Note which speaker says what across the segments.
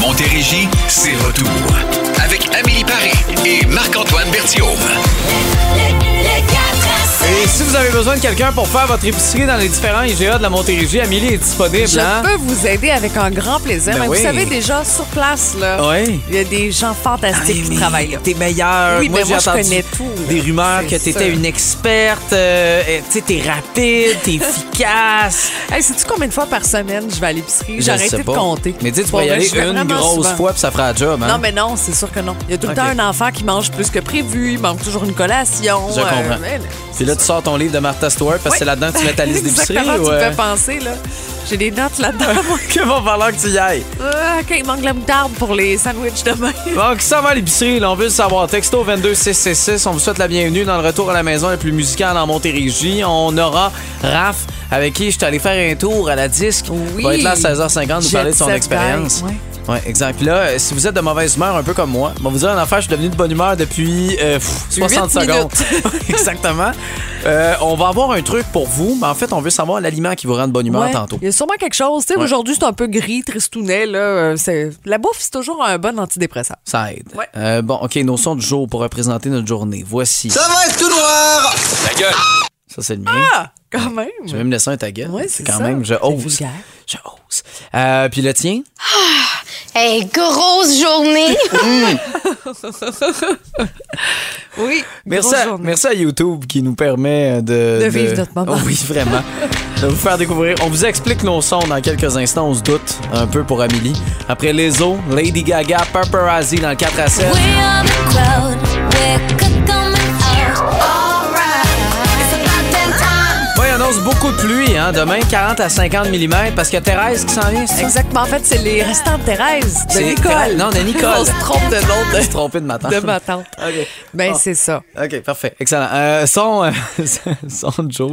Speaker 1: Montérégie, c'est retour. Avec Amélie Paris et Marc-Antoine Berthiaume.
Speaker 2: Et si vous avez besoin de quelqu'un pour faire votre épicerie dans les différents IGA de la Montérégie, Amélie est disponible.
Speaker 3: Je
Speaker 2: hein?
Speaker 3: peux vous aider avec un grand plaisir.
Speaker 2: Ben
Speaker 3: Mais
Speaker 2: oui.
Speaker 3: Vous savez, déjà, sur place, là,
Speaker 2: Oui.
Speaker 3: il y a des gens fantastiques qui
Speaker 2: mais
Speaker 3: travaillent là.
Speaker 2: T'es meilleure.
Speaker 3: Oui,
Speaker 2: moi,
Speaker 3: ben,
Speaker 2: j'ai
Speaker 3: moi, je
Speaker 2: entendu
Speaker 3: connais tout,
Speaker 2: Des
Speaker 3: là.
Speaker 2: rumeurs que
Speaker 3: C'est
Speaker 2: t'étais
Speaker 3: ça.
Speaker 2: une experte. euh, euh, tu sais, t'es rapide, t'es efficace.
Speaker 3: Hey, sais-tu combien de fois par semaine je vais à l'épicerie?
Speaker 2: Je
Speaker 3: J'ai arrêté
Speaker 2: sais
Speaker 3: de
Speaker 2: pas.
Speaker 3: compter.
Speaker 2: Mais dis, tu
Speaker 3: Pour
Speaker 2: vas y
Speaker 3: vrai,
Speaker 2: aller
Speaker 3: je vais
Speaker 2: une
Speaker 3: vraiment
Speaker 2: grosse
Speaker 3: souvent.
Speaker 2: fois, puis ça fera le job. Hein?
Speaker 3: Non, mais non, c'est sûr que non. Il y a tout le
Speaker 2: Ok.
Speaker 3: temps un enfant qui mange plus que prévu, il manque toujours une collation. euh,
Speaker 2: Je comprends.
Speaker 3: mais là,
Speaker 2: Puis là, tu sors ton livre de Martha Stewart parce que c'est
Speaker 3: Ouais.
Speaker 2: là-dedans que tu mets ta liste d'épicerie.
Speaker 3: Exactement, tu
Speaker 2: ou,
Speaker 3: me
Speaker 2: euh,
Speaker 3: fais penser, là. J'ai des notes là-dedans. moi.
Speaker 2: Que va falloir que tu y ailles.
Speaker 3: Ah, OK, il manque la moutarde pour les sandwichs demain.
Speaker 2: Donc, ça va à l'épicerie, là, on veut le savoir. Texto 22666, on vous souhaite la bienvenue dans le retour à la maison la plus musicale en Montérégie. On aura Raph, avec qui je suis allé faire un tour à la disque.
Speaker 3: Oui.
Speaker 2: va être là à 16h50 nous
Speaker 3: Jet
Speaker 2: parler de son
Speaker 3: Set
Speaker 2: expérience.
Speaker 3: Guy,
Speaker 2: Ouais, exact. Puis là, euh, si vous êtes de mauvaise humeur, un peu comme moi, on va vous dire en affaire, je suis devenu de bonne humeur depuis euh, pff, 60
Speaker 3: Huit
Speaker 2: secondes.
Speaker 3: minutes.
Speaker 2: Exactement. Euh, on va avoir un truc pour vous, mais en fait, on veut savoir l'aliment qui vous rend de bonne humeur
Speaker 3: Ouais.
Speaker 2: tantôt.
Speaker 3: Il y a sûrement quelque chose. Tu sais,
Speaker 2: Ouais.
Speaker 3: Aujourd'hui, c'est un peu gris, tristounet. Là, euh, c'est- La bouffe, c'est toujours un bon antidépresseur.
Speaker 2: Ça aide.
Speaker 3: Ouais.
Speaker 2: Euh, bon, OK, nos sons du jour pour représenter notre journée. Voici. Ça,
Speaker 4: Ça va être tout noir!
Speaker 1: Ta gueule!
Speaker 2: c'est le mien.
Speaker 3: Ah, quand même.
Speaker 2: Je vais me laisser un taguette.
Speaker 3: Ouais,
Speaker 2: c'est
Speaker 3: c'est
Speaker 2: quand
Speaker 3: ça.
Speaker 2: même, je
Speaker 3: C'est
Speaker 2: ose.
Speaker 3: vulgaire.
Speaker 2: Je ose. Euh, puis le tien?
Speaker 5: Hey, grosse journée!
Speaker 3: Oui.
Speaker 2: Merci
Speaker 3: grosse
Speaker 2: à,
Speaker 3: journée.
Speaker 2: merci à YouTube qui nous permet de,
Speaker 3: De vivre notre moment.
Speaker 2: Oh oui, vraiment. de vous faire découvrir. On vous explique nos sons dans quelques instants. On se doute un peu pour Amélie. Après les eaux, Lady Gaga, Paparazzi dans le 4 à 7. Oui, on annonce beaucoup de pluie. Hein? Demain, 40 à 50 mm parce que Thérèse qui s'en vient. c'est ça?
Speaker 3: Exactement. En fait, c'est les restants de Thérèse, de
Speaker 2: C'est-
Speaker 3: Nicole.
Speaker 2: Non, de Nicole.
Speaker 3: On se trompe de nom
Speaker 2: Je me suis trompé de ma tante.
Speaker 3: de, de ma tante.
Speaker 2: OK.
Speaker 3: Ben,
Speaker 2: Ah.
Speaker 3: c'est ça.
Speaker 2: OK, parfait. Excellent. Euh, son, euh, son Joe,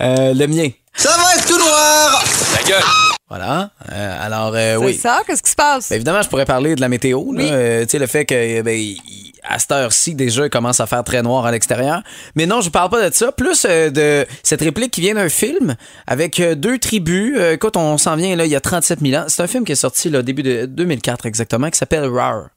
Speaker 2: euh, le mien.
Speaker 4: Ça va être tout noir!
Speaker 1: Ta gueule!
Speaker 2: Voilà. Euh, alors, euh, oui.
Speaker 3: C'est ça? Qu'est-ce qui se passe?
Speaker 2: Ben, évidemment, je pourrais parler de la météo. là. Euh, tu sais, le fait que, ben, il- à cette heure-ci, déjà, il commence à faire très noir à l'extérieur. Mais non, je parle pas de ça. Plus euh, de cette réplique qui vient d'un film avec euh, deux tribus. Euh, écoute, on s'en vient, là, il y a 37 000 ans. C'est un film qui est sorti, là, début de 2004 exactement, qui s'appelle Rare.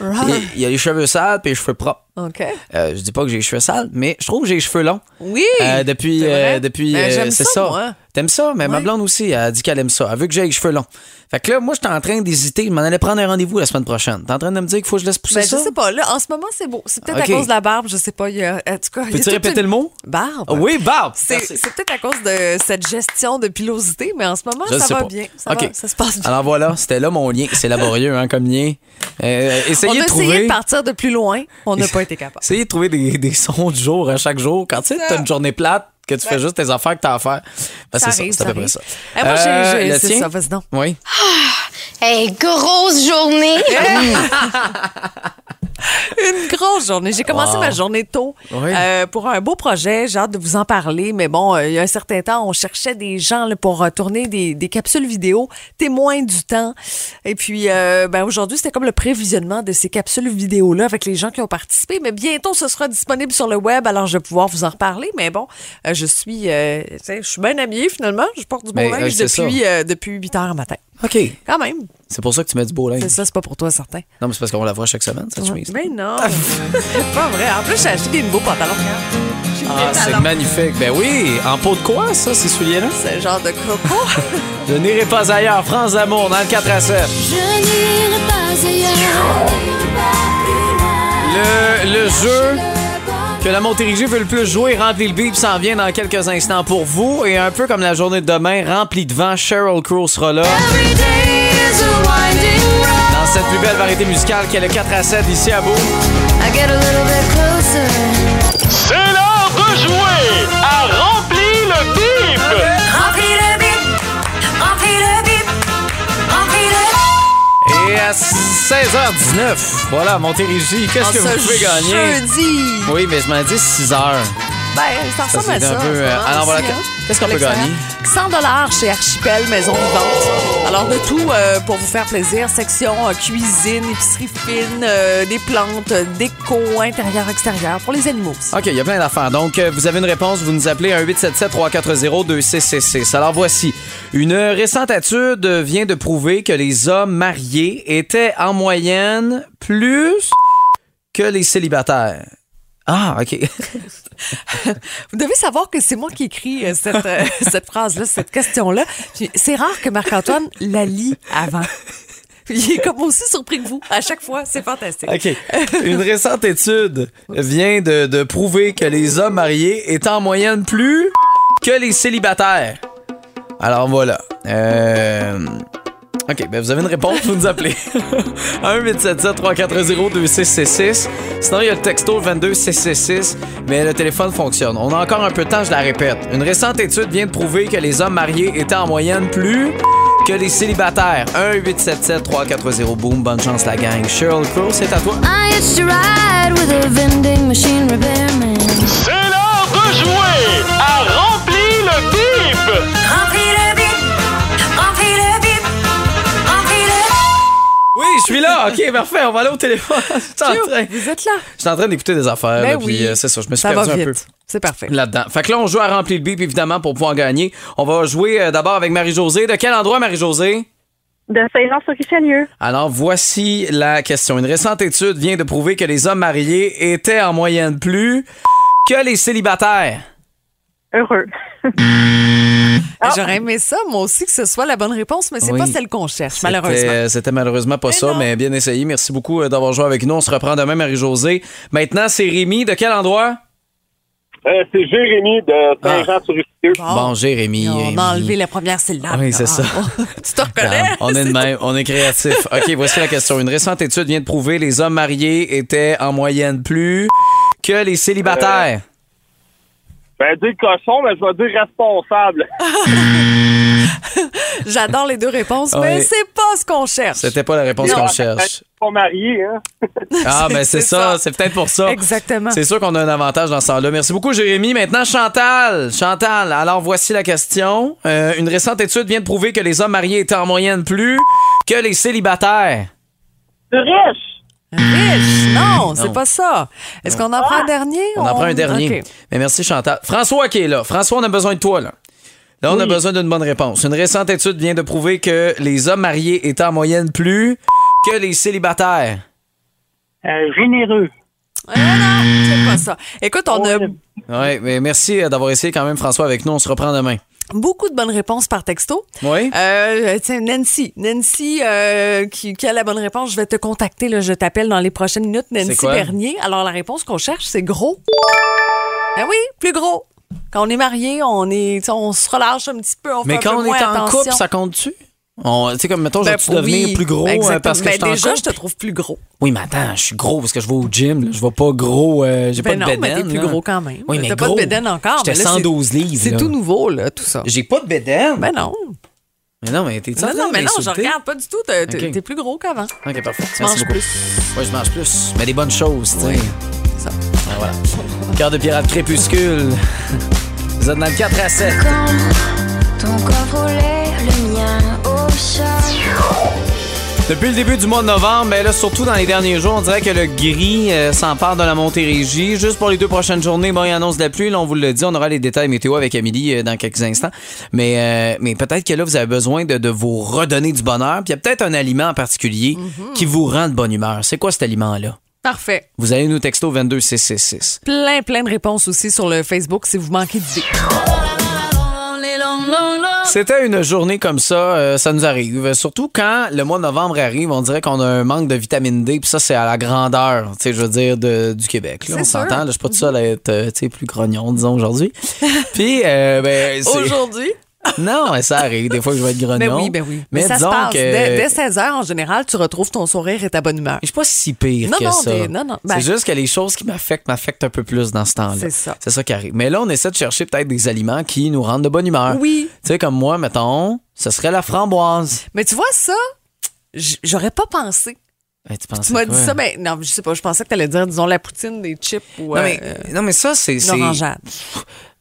Speaker 3: Right.
Speaker 2: Et Il y a les cheveux sales puis les cheveux propres.
Speaker 3: OK.
Speaker 2: Euh, je dis pas que j'ai les cheveux sales, mais je trouve que j'ai les cheveux longs.
Speaker 3: Oui.
Speaker 2: Euh, depuis,
Speaker 3: C'est vrai.
Speaker 2: euh, depuis,
Speaker 3: Ben,
Speaker 2: euh,
Speaker 3: j'aime
Speaker 2: c'est
Speaker 3: ça,
Speaker 2: ça.
Speaker 3: moi.
Speaker 2: T'aimes ça? Mais ma
Speaker 3: Ouais.
Speaker 2: blonde aussi, elle dit qu'elle aime ça. Elle veut que j'aille les cheveux longs. Fait que là, moi, j'étais en train d'hésiter. Je m'en allais prendre un rendez-vous la semaine prochaine. T'es en train de me dire qu'il faut que je laisse pousser
Speaker 3: Ben, je
Speaker 2: ça?
Speaker 3: sais pas. Là, en ce moment, c'est beau. C'est peut-être
Speaker 2: OK.
Speaker 3: à cause de la barbe. Je sais pas. Il y a, en tout cas, il y a
Speaker 2: Peux-tu
Speaker 3: toute
Speaker 2: répéter
Speaker 3: une-
Speaker 2: le mot?
Speaker 3: Barbe.
Speaker 2: Ah oui, Barb!
Speaker 3: C'est
Speaker 2: Merci.
Speaker 3: c'est peut-être à cause de cette gestion de pilosité, mais en ce moment,
Speaker 2: Je le
Speaker 3: ça
Speaker 2: sais
Speaker 3: va
Speaker 2: pas.
Speaker 3: bien. Ça, va,
Speaker 2: OK.
Speaker 3: ça se passe bien.
Speaker 2: Alors voilà, c'était là mon lien. C'est laborieux, hein, comme lien. Euh, essayez
Speaker 3: on a
Speaker 2: de trouver.
Speaker 3: essayé de partir de plus loin. On n'a pas été capable.
Speaker 2: Essayez de trouver des, des sons du jour à chaque jour. Quand tu sais, t'as une journée plate, que tu fais juste tes affaires que t'as à faire. Ben, c'est ça,
Speaker 3: arrive,
Speaker 2: c'est à
Speaker 3: ça
Speaker 2: peu près
Speaker 3: arrive.
Speaker 2: ça. Euh,
Speaker 3: Eh, moi, j'ai- j'ai-
Speaker 2: le
Speaker 3: c'est
Speaker 2: tien?
Speaker 3: ça, vas-y donc.
Speaker 2: Oui.
Speaker 5: Hey, grosse journée!
Speaker 3: Une grosse journée. J'ai commencé
Speaker 2: Wow.
Speaker 3: ma journée tôt
Speaker 2: Oui.
Speaker 3: euh, pour un beau projet. J'ai hâte de vous en parler, mais bon, euh, il y a un certain temps, on cherchait des gens là, pour euh, tourner des, des capsules vidéo, témoins du temps. Et puis, euh, ben, aujourd'hui, c'était comme le prévisionnement de ces capsules vidéo-là avec les gens qui ont participé. Mais bientôt, ce sera disponible sur le web, alors je vais pouvoir vous en reparler. Mais bon, euh, je suis, euh, tu sais, je suis bien habillée finalement. Je porte du beau
Speaker 2: Mais, euh,
Speaker 3: linge
Speaker 2: c'est ça.
Speaker 3: depuis, euh, depuis 8 heures matin.
Speaker 2: OK.
Speaker 3: Quand même,
Speaker 2: C'est pour ça que tu mets du beau linge.
Speaker 3: c'est ça, c'est pas pour toi, certain.
Speaker 2: Non, mais c'est parce qu'on la voit chaque semaine, cette chemise.
Speaker 3: Mais non, c'est pas vrai. En plus, j'ai acheté des nouveaux pantalons.
Speaker 2: Ah, c'est magnifique. Ben oui, en peau de quoi, ça, ces souliers-là?
Speaker 3: Ce genre de coco.
Speaker 2: Je n'irai pas ailleurs. France d'amour, dans le 4 à 7. Le, le jeu que la Montérégie veut le plus jouer, Rempli le Beep, s'en vient dans quelques instants pour vous. Et un peu comme la journée de demain, Rempli de vent, Sheryl Crow sera là. Dans cette plus belle variété musicale qui est le 4 à 7 ici à Beau.
Speaker 6: C'est l'heure de jouer à Rempli le bip!
Speaker 2: Et à 16h19, voilà, Montérégie, qu'est-ce que vous pouvez gagner?
Speaker 3: jeudi.
Speaker 2: Oui, mais je m'en dis 6 heures.
Speaker 3: Ben, ça
Speaker 2: Ça,
Speaker 3: ressemble à
Speaker 2: c'est
Speaker 3: ça.
Speaker 2: un peu,
Speaker 3: en ce
Speaker 2: euh,
Speaker 3: moment
Speaker 2: alors voilà,
Speaker 3: aussi,
Speaker 2: que-
Speaker 3: hein.
Speaker 2: Qu'est-ce qu'on peut
Speaker 3: l'extérieur.
Speaker 2: gagner?
Speaker 3: 100 dollars chez Archipel Maison Vivante. Alors de tout euh, pour vous faire plaisir, section euh, cuisine, épicerie fine, euh, des plantes, euh, déco intérieur extérieur pour les animaux. aussi.
Speaker 2: OK, il y a plein d'affaires. Donc, euh, vous avez une réponse, vous nous appelez 1-877-340-2666. Alors, voici. Une récente étude vient de prouver que les hommes mariés étaient en moyenne plus que les célibataires. Ah, OK.
Speaker 3: Vous devez savoir que c'est moi qui écris euh, cette, euh, cette phrase-là, cette question-là. Puis C'est rare que Marc-Antoine la lit avant. Il est comme aussi surpris que vous. À chaque fois, c'est fantastique.
Speaker 2: OK. Une récente étude vient de, de prouver que les hommes mariés étaient en moyenne plus que les célibataires. Alors voilà. Euh, OK, ben vous avez une réponse, vous nous appelez. 1-877-340-2666. Sinon, il y a le texto 22666, mais le téléphone fonctionne. On a encore un peu de temps, je la répète. Une récente étude vient de prouver que les hommes mariés étaient en moyenne plus que les célibataires. 1-877-340-BOOM. Bonne chance, la gang. Cheryl Crow, c'est à toi.
Speaker 3: Ah!
Speaker 7: I used to ride with a vending machine repairman.
Speaker 6: C'est l'heure de jouer à Rempli le bip
Speaker 2: Oui, je suis là. OK, parfait. On va aller au téléphone. Je suis en train,
Speaker 3: Vous êtes là.
Speaker 2: je suis en train d'écouter des affaires. là, puis, euh, c'est ça, je me suis
Speaker 3: Ben ça
Speaker 2: perdu
Speaker 3: va
Speaker 2: un
Speaker 3: vite.
Speaker 2: peu.
Speaker 3: C'est parfait.
Speaker 2: Là-dedans. Fait que là, on joue à remplir le bip, évidemment, pour pouvoir gagner. On va jouer euh, d'abord avec Marie-Josée. De quel endroit, Marie-Josée?
Speaker 8: De saint sur richelieu
Speaker 2: Alors, voici la question. Une récente étude vient de prouver que les hommes mariés étaient en moyenne plus que les célibataires.
Speaker 8: Heureux.
Speaker 3: J'aurais aimé ça, moi aussi, que ce soit la bonne réponse, mais c'est
Speaker 2: Oui.
Speaker 3: pas celle qu'on cherche,
Speaker 2: C'était- euh,
Speaker 3: malheureusement.
Speaker 2: C'était malheureusement pas ça,
Speaker 3: non.
Speaker 2: mais bien essayé. Merci beaucoup euh, d'avoir joué avec nous. On se reprend demain, Marie-Josée. Maintenant, c'est Rémi. De quel endroit?
Speaker 9: c'est Jérémy de Saint-Jean-sur-Richelieu.
Speaker 2: Bon, Jérémy.
Speaker 3: On
Speaker 2: Rémi.
Speaker 3: a Oh. enlevé la première syllabe.
Speaker 2: Oui, c'est ça. Oh.
Speaker 3: tu te reconnais?
Speaker 2: Dame, On est de même, on est créatif. OK, voici la question. Une récente étude vient de prouver que les hommes mariés étaient en moyenne plus que les célibataires.
Speaker 3: Euh,
Speaker 9: Ben, dire cochon, mais je vais dire responsable.
Speaker 3: J'adore les deux réponses, mais
Speaker 2: Oui.
Speaker 3: c'est pas ce qu'on cherche.
Speaker 2: C'était pas la réponse qu'on cherche.
Speaker 9: Pas marié, hein.
Speaker 2: Ah,
Speaker 3: C'est-
Speaker 2: ben c'est
Speaker 3: c'est
Speaker 2: ça,
Speaker 3: ça.
Speaker 2: c'est peut-être pour ça.
Speaker 3: Exactement.
Speaker 2: C'est sûr qu'on a un avantage dans ce sens-là. Merci beaucoup, Jérémy. Maintenant, Chantal. Chantal, alors voici la question. Euh, une récente étude vient de prouver que les hommes mariés étaient en moyenne plus que les célibataires.
Speaker 9: Riche!
Speaker 3: Riche. Non, c'est
Speaker 2: Non.
Speaker 3: pas ça. Est-ce qu'on en prend un dernier?
Speaker 2: On en prend un dernier.
Speaker 3: OK.
Speaker 2: Mais merci, Chantal. François qui est là. François, on a besoin de toi, là. Là, on a besoin d'une bonne réponse. Une récente étude vient de prouver que les hommes mariés étaient en moyenne plus que les célibataires.
Speaker 9: généreux.
Speaker 3: Eh non, c'est pas ça. Écoute, on a
Speaker 2: Oui, mais merci euh, d'avoir essayé quand même, François, avec nous. On se reprend demain.
Speaker 3: beaucoup de bonnes réponses par texto.
Speaker 2: Oui.
Speaker 3: Euh, tiens, Nancy. Nancy, euh, qui, qui a la bonne réponse, je vais te contacter. Là, je t'appelle dans les prochaines minutes. Nancy
Speaker 2: quoi?
Speaker 3: Bernier. Alors, la réponse qu'on cherche, c'est gros. Ben oui, plus gros. Quand on est marié, on est, tu sais, on se relâche un petit peu. On
Speaker 2: Mais
Speaker 3: fait un
Speaker 2: quand
Speaker 3: peu
Speaker 2: on
Speaker 3: moins
Speaker 2: est en
Speaker 3: attention.
Speaker 2: couple, ça compte-tu? On- Tu sais, comme, mettons,
Speaker 3: Ben,
Speaker 2: je vais devenir
Speaker 3: oui,
Speaker 2: plus gros euh,
Speaker 3: exactement.
Speaker 2: parce que
Speaker 3: Ben,
Speaker 2: je suis en
Speaker 3: déjà,
Speaker 2: couple?
Speaker 3: je te trouve plus gros.
Speaker 2: Oui, mais attends, je suis gros parce que je vais au gym. là. Je vais pas gros. euh, J'ai
Speaker 3: Ben
Speaker 2: pas
Speaker 3: non,
Speaker 2: de
Speaker 3: mais
Speaker 2: bédaine.
Speaker 3: t'es plus
Speaker 2: là.
Speaker 3: gros quand même.
Speaker 2: Oui, mais
Speaker 3: T'as pas de
Speaker 2: gros.
Speaker 3: bédaine encore, mais
Speaker 2: J'étais
Speaker 3: là, c'est-
Speaker 2: 112 livres.
Speaker 3: C'est
Speaker 2: là.
Speaker 3: tout nouveau, là, tout ça.
Speaker 2: J'ai pas de bédaine.
Speaker 3: Ben non.
Speaker 2: Mais non, mais t'es
Speaker 3: Non, non, mais non, je regarde pas du tout. T'es t'es-
Speaker 2: Ok.
Speaker 3: t'es plus gros qu'avant.
Speaker 2: Ok, parfait. Merci
Speaker 3: Tu manges
Speaker 2: beaucoup.
Speaker 3: plus.
Speaker 2: Ouais, je mange plus. Mais des bonnes choses, tu sais.
Speaker 3: Ça.
Speaker 2: Ouais, voilà. Cœur de pirate crépuscule. Vous êtes dans le 4 à 7.
Speaker 7: Ton coffre au lait, le mien au chat.
Speaker 2: Depuis le début du mois de novembre, mais là, surtout dans les derniers jours, on dirait que le gris euh, s'empare de la Montérégie. Juste pour les deux prochaines journées, bon, il annonce de la pluie. Là, on vous le dit, on aura les détails météo avec Amélie euh, dans quelques instants. Mais, euh, mais peut-être que là, vous avez besoin de, de vous redonner du bonheur. Puis il y a peut-être un aliment en particulier qui vous rend de bonne humeur. C'est quoi cet aliment-là?
Speaker 3: Parfait.
Speaker 2: Vous allez nous texto 22666.
Speaker 3: Plein, plein de réponses aussi sur le Facebook si vous manquez d'idées.
Speaker 2: C'était une journée comme ça, euh, ça nous arrive. Surtout quand le mois de novembre arrive, on dirait qu'on a un manque de vitamine D, puis ça, c'est à la grandeur, tu sais, je veux dire, de- du Québec. Là,
Speaker 3: C'est
Speaker 2: on
Speaker 3: sûr.
Speaker 2: s'entend, là, je suis pas tout seul à être euh, tu sais, plus grognon, disons, aujourd'hui. puis, euh, ben, c'est-
Speaker 3: Aujourd'hui.
Speaker 2: Non, mais ça arrive, des fois que je vais être grognon.
Speaker 3: Ben oui, ben oui. Mais, ça se
Speaker 2: disons
Speaker 3: passe.
Speaker 2: que-
Speaker 3: Dès, 16h, en général, tu retrouves ton sourire et ta bonne humeur.
Speaker 2: je suis pas si pire
Speaker 3: Non,
Speaker 2: que
Speaker 3: non,
Speaker 2: ça.
Speaker 3: des- non, non, ben-
Speaker 2: c'est juste que les choses qui m'affectent m'affectent un peu plus dans ce temps-là.
Speaker 3: C'est ça.
Speaker 2: C'est ça qui arrive. Mais là, on essaie de chercher peut-être des aliments qui nous rendent de bonne humeur.
Speaker 3: Oui.
Speaker 2: Tu sais, comme moi, mettons, ce serait la framboise.
Speaker 3: Mais tu vois, ça, j- j'aurais pas pensé.
Speaker 2: Ben, tu pensais
Speaker 3: Tu m'as
Speaker 2: quoi?
Speaker 3: dit ça, mais non, je sais pas. Je pensais que t'allais dire, disons, la poutine, des chips ou.
Speaker 2: Non mais,
Speaker 3: euh,
Speaker 2: non, mais ça, c'est.
Speaker 3: une
Speaker 2: c'est-
Speaker 3: orangeade.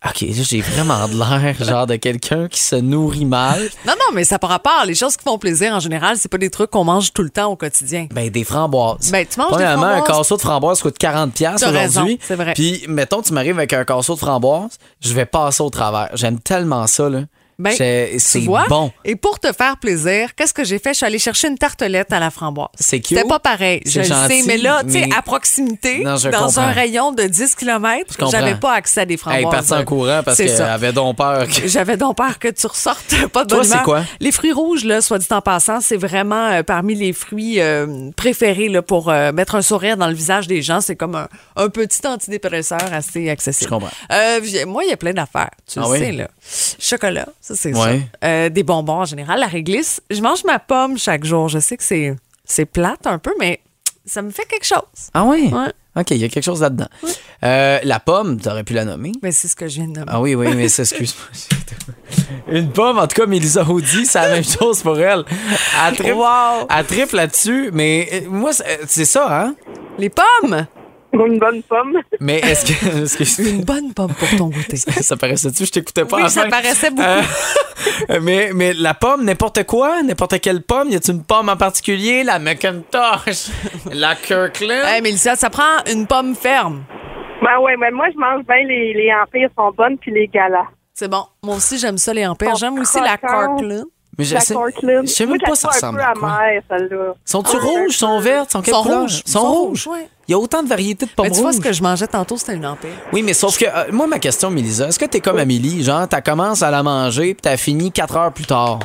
Speaker 2: OK, là, j'ai vraiment de l'air, genre, de quelqu'un qui se nourrit mal.
Speaker 3: Non, non, mais ça par rapport. Les choses qui font plaisir, en général, c'est pas des trucs qu'on mange tout le temps au quotidien.
Speaker 2: Ben, des framboises.
Speaker 3: Ben, tu manges des
Speaker 2: Premièrement, un
Speaker 3: framboises.
Speaker 2: casseau de framboises coûte 40$ piastres
Speaker 3: T'as raison,
Speaker 2: aujourd'hui.
Speaker 3: c'est vrai.
Speaker 2: Puis, mettons, tu m'arrives avec un casseau de framboises, je vais passer au travers. J'aime tellement ça, là.
Speaker 3: Ben,
Speaker 2: J'ai-
Speaker 3: tu
Speaker 2: c'est
Speaker 3: vois?
Speaker 2: bon.
Speaker 3: Et pour te faire plaisir, qu'est-ce que j'ai fait? Je suis allée chercher une tartelette à la framboise.
Speaker 2: C'est cute.
Speaker 3: C'était pas pareil, je
Speaker 2: C'est
Speaker 3: le
Speaker 2: gentil,
Speaker 3: sais, mais là, tu sais,
Speaker 2: mais-
Speaker 3: à proximité,
Speaker 2: Non, je
Speaker 3: dans
Speaker 2: comprends.
Speaker 3: un rayon de 10
Speaker 2: Je
Speaker 3: km,
Speaker 2: comprends.
Speaker 3: j'avais pas accès à des framboises. euh,
Speaker 2: Elle partait en courant parce
Speaker 3: C'est
Speaker 2: qu'elle
Speaker 3: ça.
Speaker 2: avait donc peur. que-
Speaker 3: J'avais donc peur que tu ressortes pas de
Speaker 2: Toi,
Speaker 3: bonne
Speaker 2: c'est
Speaker 3: humeur.
Speaker 2: quoi?
Speaker 3: Les fruits rouges, là, soit dit en passant, c'est vraiment euh, parmi les fruits euh, préférés là, pour euh, mettre un sourire dans le visage des gens. C'est comme un, un petit antidépresseur assez accessible.
Speaker 2: Je comprends.
Speaker 3: Euh, j'ai- moi, il y a plein d'affaires. Tu
Speaker 2: Ah
Speaker 3: le
Speaker 2: oui?
Speaker 3: sais, là. Chocolat, ça, c'est
Speaker 2: Ouais.
Speaker 3: ça. Euh, des bonbons en général, la réglisse. Je mange ma pomme chaque jour. Je sais que c'est, c'est plate un peu, mais ça me fait quelque chose.
Speaker 2: Ah oui?
Speaker 3: Ouais.
Speaker 2: OK, il y a quelque chose là-dedans. Euh, la pomme, t'aurais pu la nommer.
Speaker 3: Mais c'est ce que je viens de nommer.
Speaker 2: Ah oui, oui, mais ça, excuse-moi. Une pomme, en tout cas, Mélissa Audi, c'est la même chose pour elle. Elle triple,
Speaker 3: Wow.
Speaker 2: elle triple là-dessus, mais euh, moi, c'est euh, c'est ça, hein?
Speaker 3: Les pommes!
Speaker 8: Une bonne pomme.
Speaker 2: Mais est-ce que. excuse-
Speaker 3: Une bonne pomme pour ton goûter.
Speaker 2: ça paraissait-tu? Je t'écoutais pas
Speaker 3: Oui,
Speaker 2: à la
Speaker 3: ça
Speaker 2: fin.
Speaker 3: paraissait beaucoup.
Speaker 2: Euh, mais, mais la pomme, n'importe quoi, n'importe quelle pomme, y a-tu une pomme en particulier? La McIntosh, la Kirkland.
Speaker 3: Hey, Mélissa, ça prend une pomme ferme.
Speaker 8: Ben ouais, mais moi, je mange bien les, les empires sont bonnes puis les galas.
Speaker 3: C'est bon. Moi aussi, j'aime ça, les ampères. J'aime aussi la
Speaker 8: croquante.
Speaker 3: Kirkland.
Speaker 2: mais je
Speaker 8: La
Speaker 2: sais,
Speaker 8: Cortland.
Speaker 2: je sais même
Speaker 8: Moi,
Speaker 2: pas
Speaker 8: la
Speaker 2: ça
Speaker 8: trouve
Speaker 2: ressemble
Speaker 8: un
Speaker 2: à
Speaker 8: peu
Speaker 2: quoi.
Speaker 8: amère, celle-là.
Speaker 2: Sont-tu
Speaker 8: Ah,
Speaker 2: rouges, sont vertes, sont quelles
Speaker 3: Sont
Speaker 2: couleurs?
Speaker 3: rouges,
Speaker 2: Sont,
Speaker 3: sont
Speaker 2: rouges.
Speaker 3: rouges, ouais.
Speaker 2: Il y a autant de variétés de pommes
Speaker 3: Mais tu vois
Speaker 2: rouges.
Speaker 3: ce que je mangeais tantôt, c'était une ampère.
Speaker 2: Oui, mais sauf que euh, moi ma question Mélisa, est-ce que t'es comme Amélie, genre t'as commencé à la manger puis t'as fini quatre heures plus tard.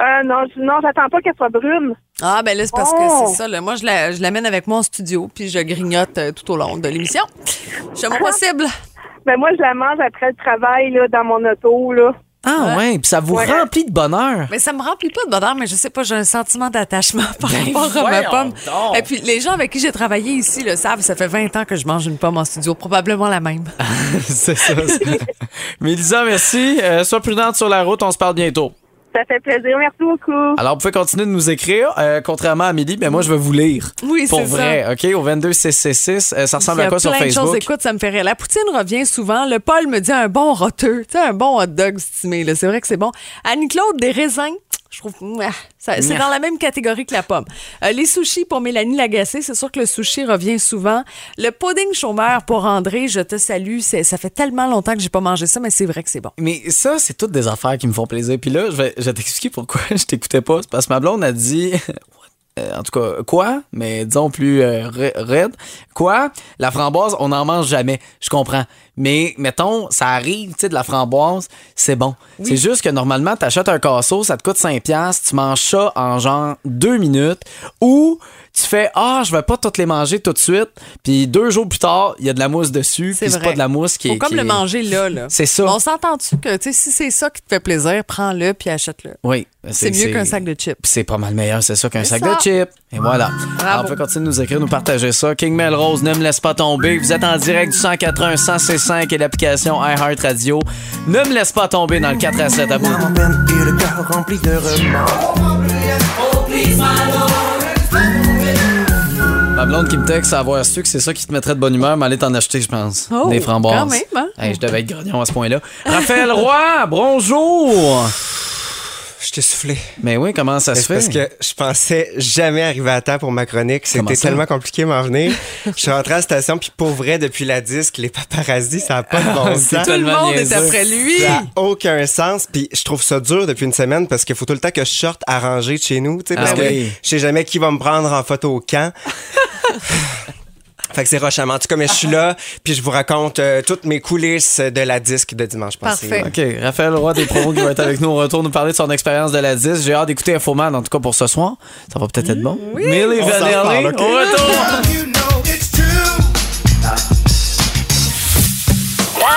Speaker 8: Euh, non, je- non, j'attends pas qu'elle soit brune.
Speaker 3: Ah, ben là, c'est parce
Speaker 8: Oh!
Speaker 3: que c'est ça. là. Moi, je la- je l'amène avec moi en studio, puis je grignote euh, tout au long de l'émission. Je fais mon
Speaker 2: Ah.
Speaker 3: possible.
Speaker 8: Ben moi, je la mange après le travail, là, dans mon auto, là.
Speaker 2: Ah ouais, puis ça vous
Speaker 8: Ouais.
Speaker 2: remplit de bonheur.
Speaker 3: Mais ça me remplit pas de bonheur, mais je sais pas, j'ai un sentiment d'attachement par
Speaker 2: Ben,
Speaker 3: rapport à ma
Speaker 2: voyons
Speaker 3: pomme.
Speaker 2: donc.
Speaker 3: Et puis, les gens avec qui j'ai travaillé ici le savent, ça fait 20 ans que je mange une pomme en studio, probablement la même.
Speaker 2: c'est ça. c'est- Mélisa, merci. Euh, sois prudente sur la route, on se parle bientôt.
Speaker 8: Ça fait plaisir. Merci beaucoup.
Speaker 2: Alors, vous pouvez continuer de nous écrire. Euh, contrairement à Amélie, ben moi, je vais vous lire.
Speaker 3: Oui,
Speaker 2: Pour
Speaker 3: c'est
Speaker 2: vrai, OK? Au 22666, euh, ça ressemble
Speaker 3: Il y
Speaker 2: à
Speaker 3: a
Speaker 2: quoi sur
Speaker 3: plein de choses.
Speaker 2: Facebook?
Speaker 3: Écoute, ça me fait rire. La poutine revient souvent. Le Paul me dit un bon roteux. Tu sais, un bon hot dog stimé. là. C'est vrai que c'est bon. Annie-Claude, des raisins. Je trouve. mouah, ça- C'est
Speaker 2: Mouah.
Speaker 3: dans la même catégorie que la pomme. Euh, les sushis pour Mélanie Lagacé, c'est sûr que le sushi revient souvent. Le pudding chômeur pour André, je te salue. C'est- Ça fait tellement longtemps que j'ai pas mangé ça, mais c'est vrai que c'est bon.
Speaker 2: Mais ça, c'est toutes des affaires qui me font plaisir. Puis là, je vais, je vais t'expliquer pourquoi je t'écoutais pas. C'est parce que ma blonde a dit. euh, en tout cas, quoi? Mais disons plus euh, ra- raide. Quoi? La framboise, on n'en mange jamais. Je comprends. Mais mettons, ça arrive, tu sais, de la framboise, c'est bon. C'est juste que normalement, t'achètes un casseau, ça te coûte 5$, piastres, tu manges ça en genre deux minutes. Ou tu fais Ah, je vais pas toutes les manger tout de suite. Puis deux jours plus tard, il y a de la mousse dessus.
Speaker 3: C'est
Speaker 2: Puis c'est
Speaker 3: vrai.
Speaker 2: pas de la mousse qui
Speaker 3: Faut
Speaker 2: est.
Speaker 3: comme
Speaker 2: qui
Speaker 3: le
Speaker 2: est-
Speaker 3: manger là. là.
Speaker 2: C'est ça.
Speaker 3: On s'entend-tu que tu sais, si c'est ça qui te fait plaisir, prends-le puis achète-le.
Speaker 2: Oui.
Speaker 3: C'est mieux qu'un sac de chips.
Speaker 2: Puis c'est pas mal meilleur, c'est ça, qu'un
Speaker 3: C'est
Speaker 2: sac
Speaker 3: ça.
Speaker 2: de chips. Et voilà. Alors, on peut continuer de nous écrire, nous partager ça. King Melrose, ne me laisse pas tomber. Vous êtes en direct du 181 165 et l'application iHeartRadio. Ne me laisse pas tomber dans le 4 à 7 à vous. Ma blonde qui me texte à avoir su que c'est ça qui te mettrait de bonne humeur, mais allez t'en acheter, je pense.
Speaker 3: Oh,
Speaker 2: Des framboises.
Speaker 3: quand même, hein?
Speaker 2: Hey, je devais être grognon à ce point-là. Raphaël Roy, bonjour!
Speaker 10: Je t'ai soufflé.
Speaker 2: Mais oui, comment ça se fait?
Speaker 10: Parce que je pensais jamais arriver à temps pour ma chronique.
Speaker 2: Comment
Speaker 10: C'était
Speaker 2: ça?
Speaker 10: tellement compliqué m'en venir. je suis rentré à la station, puis pour vrai, depuis la disque, les paparazzis, ça n'a pas de bon
Speaker 2: C'est
Speaker 10: sens.
Speaker 3: Tout le
Speaker 2: Tellement
Speaker 3: monde est
Speaker 2: niaiseux.
Speaker 3: après lui.
Speaker 10: Ça n'a aucun sens. Puis je trouve ça dur depuis une semaine parce qu'il faut tout le temps que je sorte arrangé de chez nous. tu sais,
Speaker 2: Ah
Speaker 10: parce que
Speaker 2: oui.
Speaker 10: je sais jamais qui va me prendre en photo au camp. fait que c'est rochement. En tout cas, mais je suis là, puis je vous raconte euh, toutes mes coulisses de la disque de dimanche passé.
Speaker 3: Parfait.
Speaker 2: OK, Raphaël Roy des promos qui va être avec nous. On retourne nous parler de son expérience de la 10. J'ai hâte d'écouter Infoman, en tout cas pour ce soir. Ça va peut-être être bon.
Speaker 3: Mm,
Speaker 2: Oui. Millie
Speaker 10: On s'en
Speaker 2: Vanilli,
Speaker 10: reparle, OK?
Speaker 2: au retour. Ah,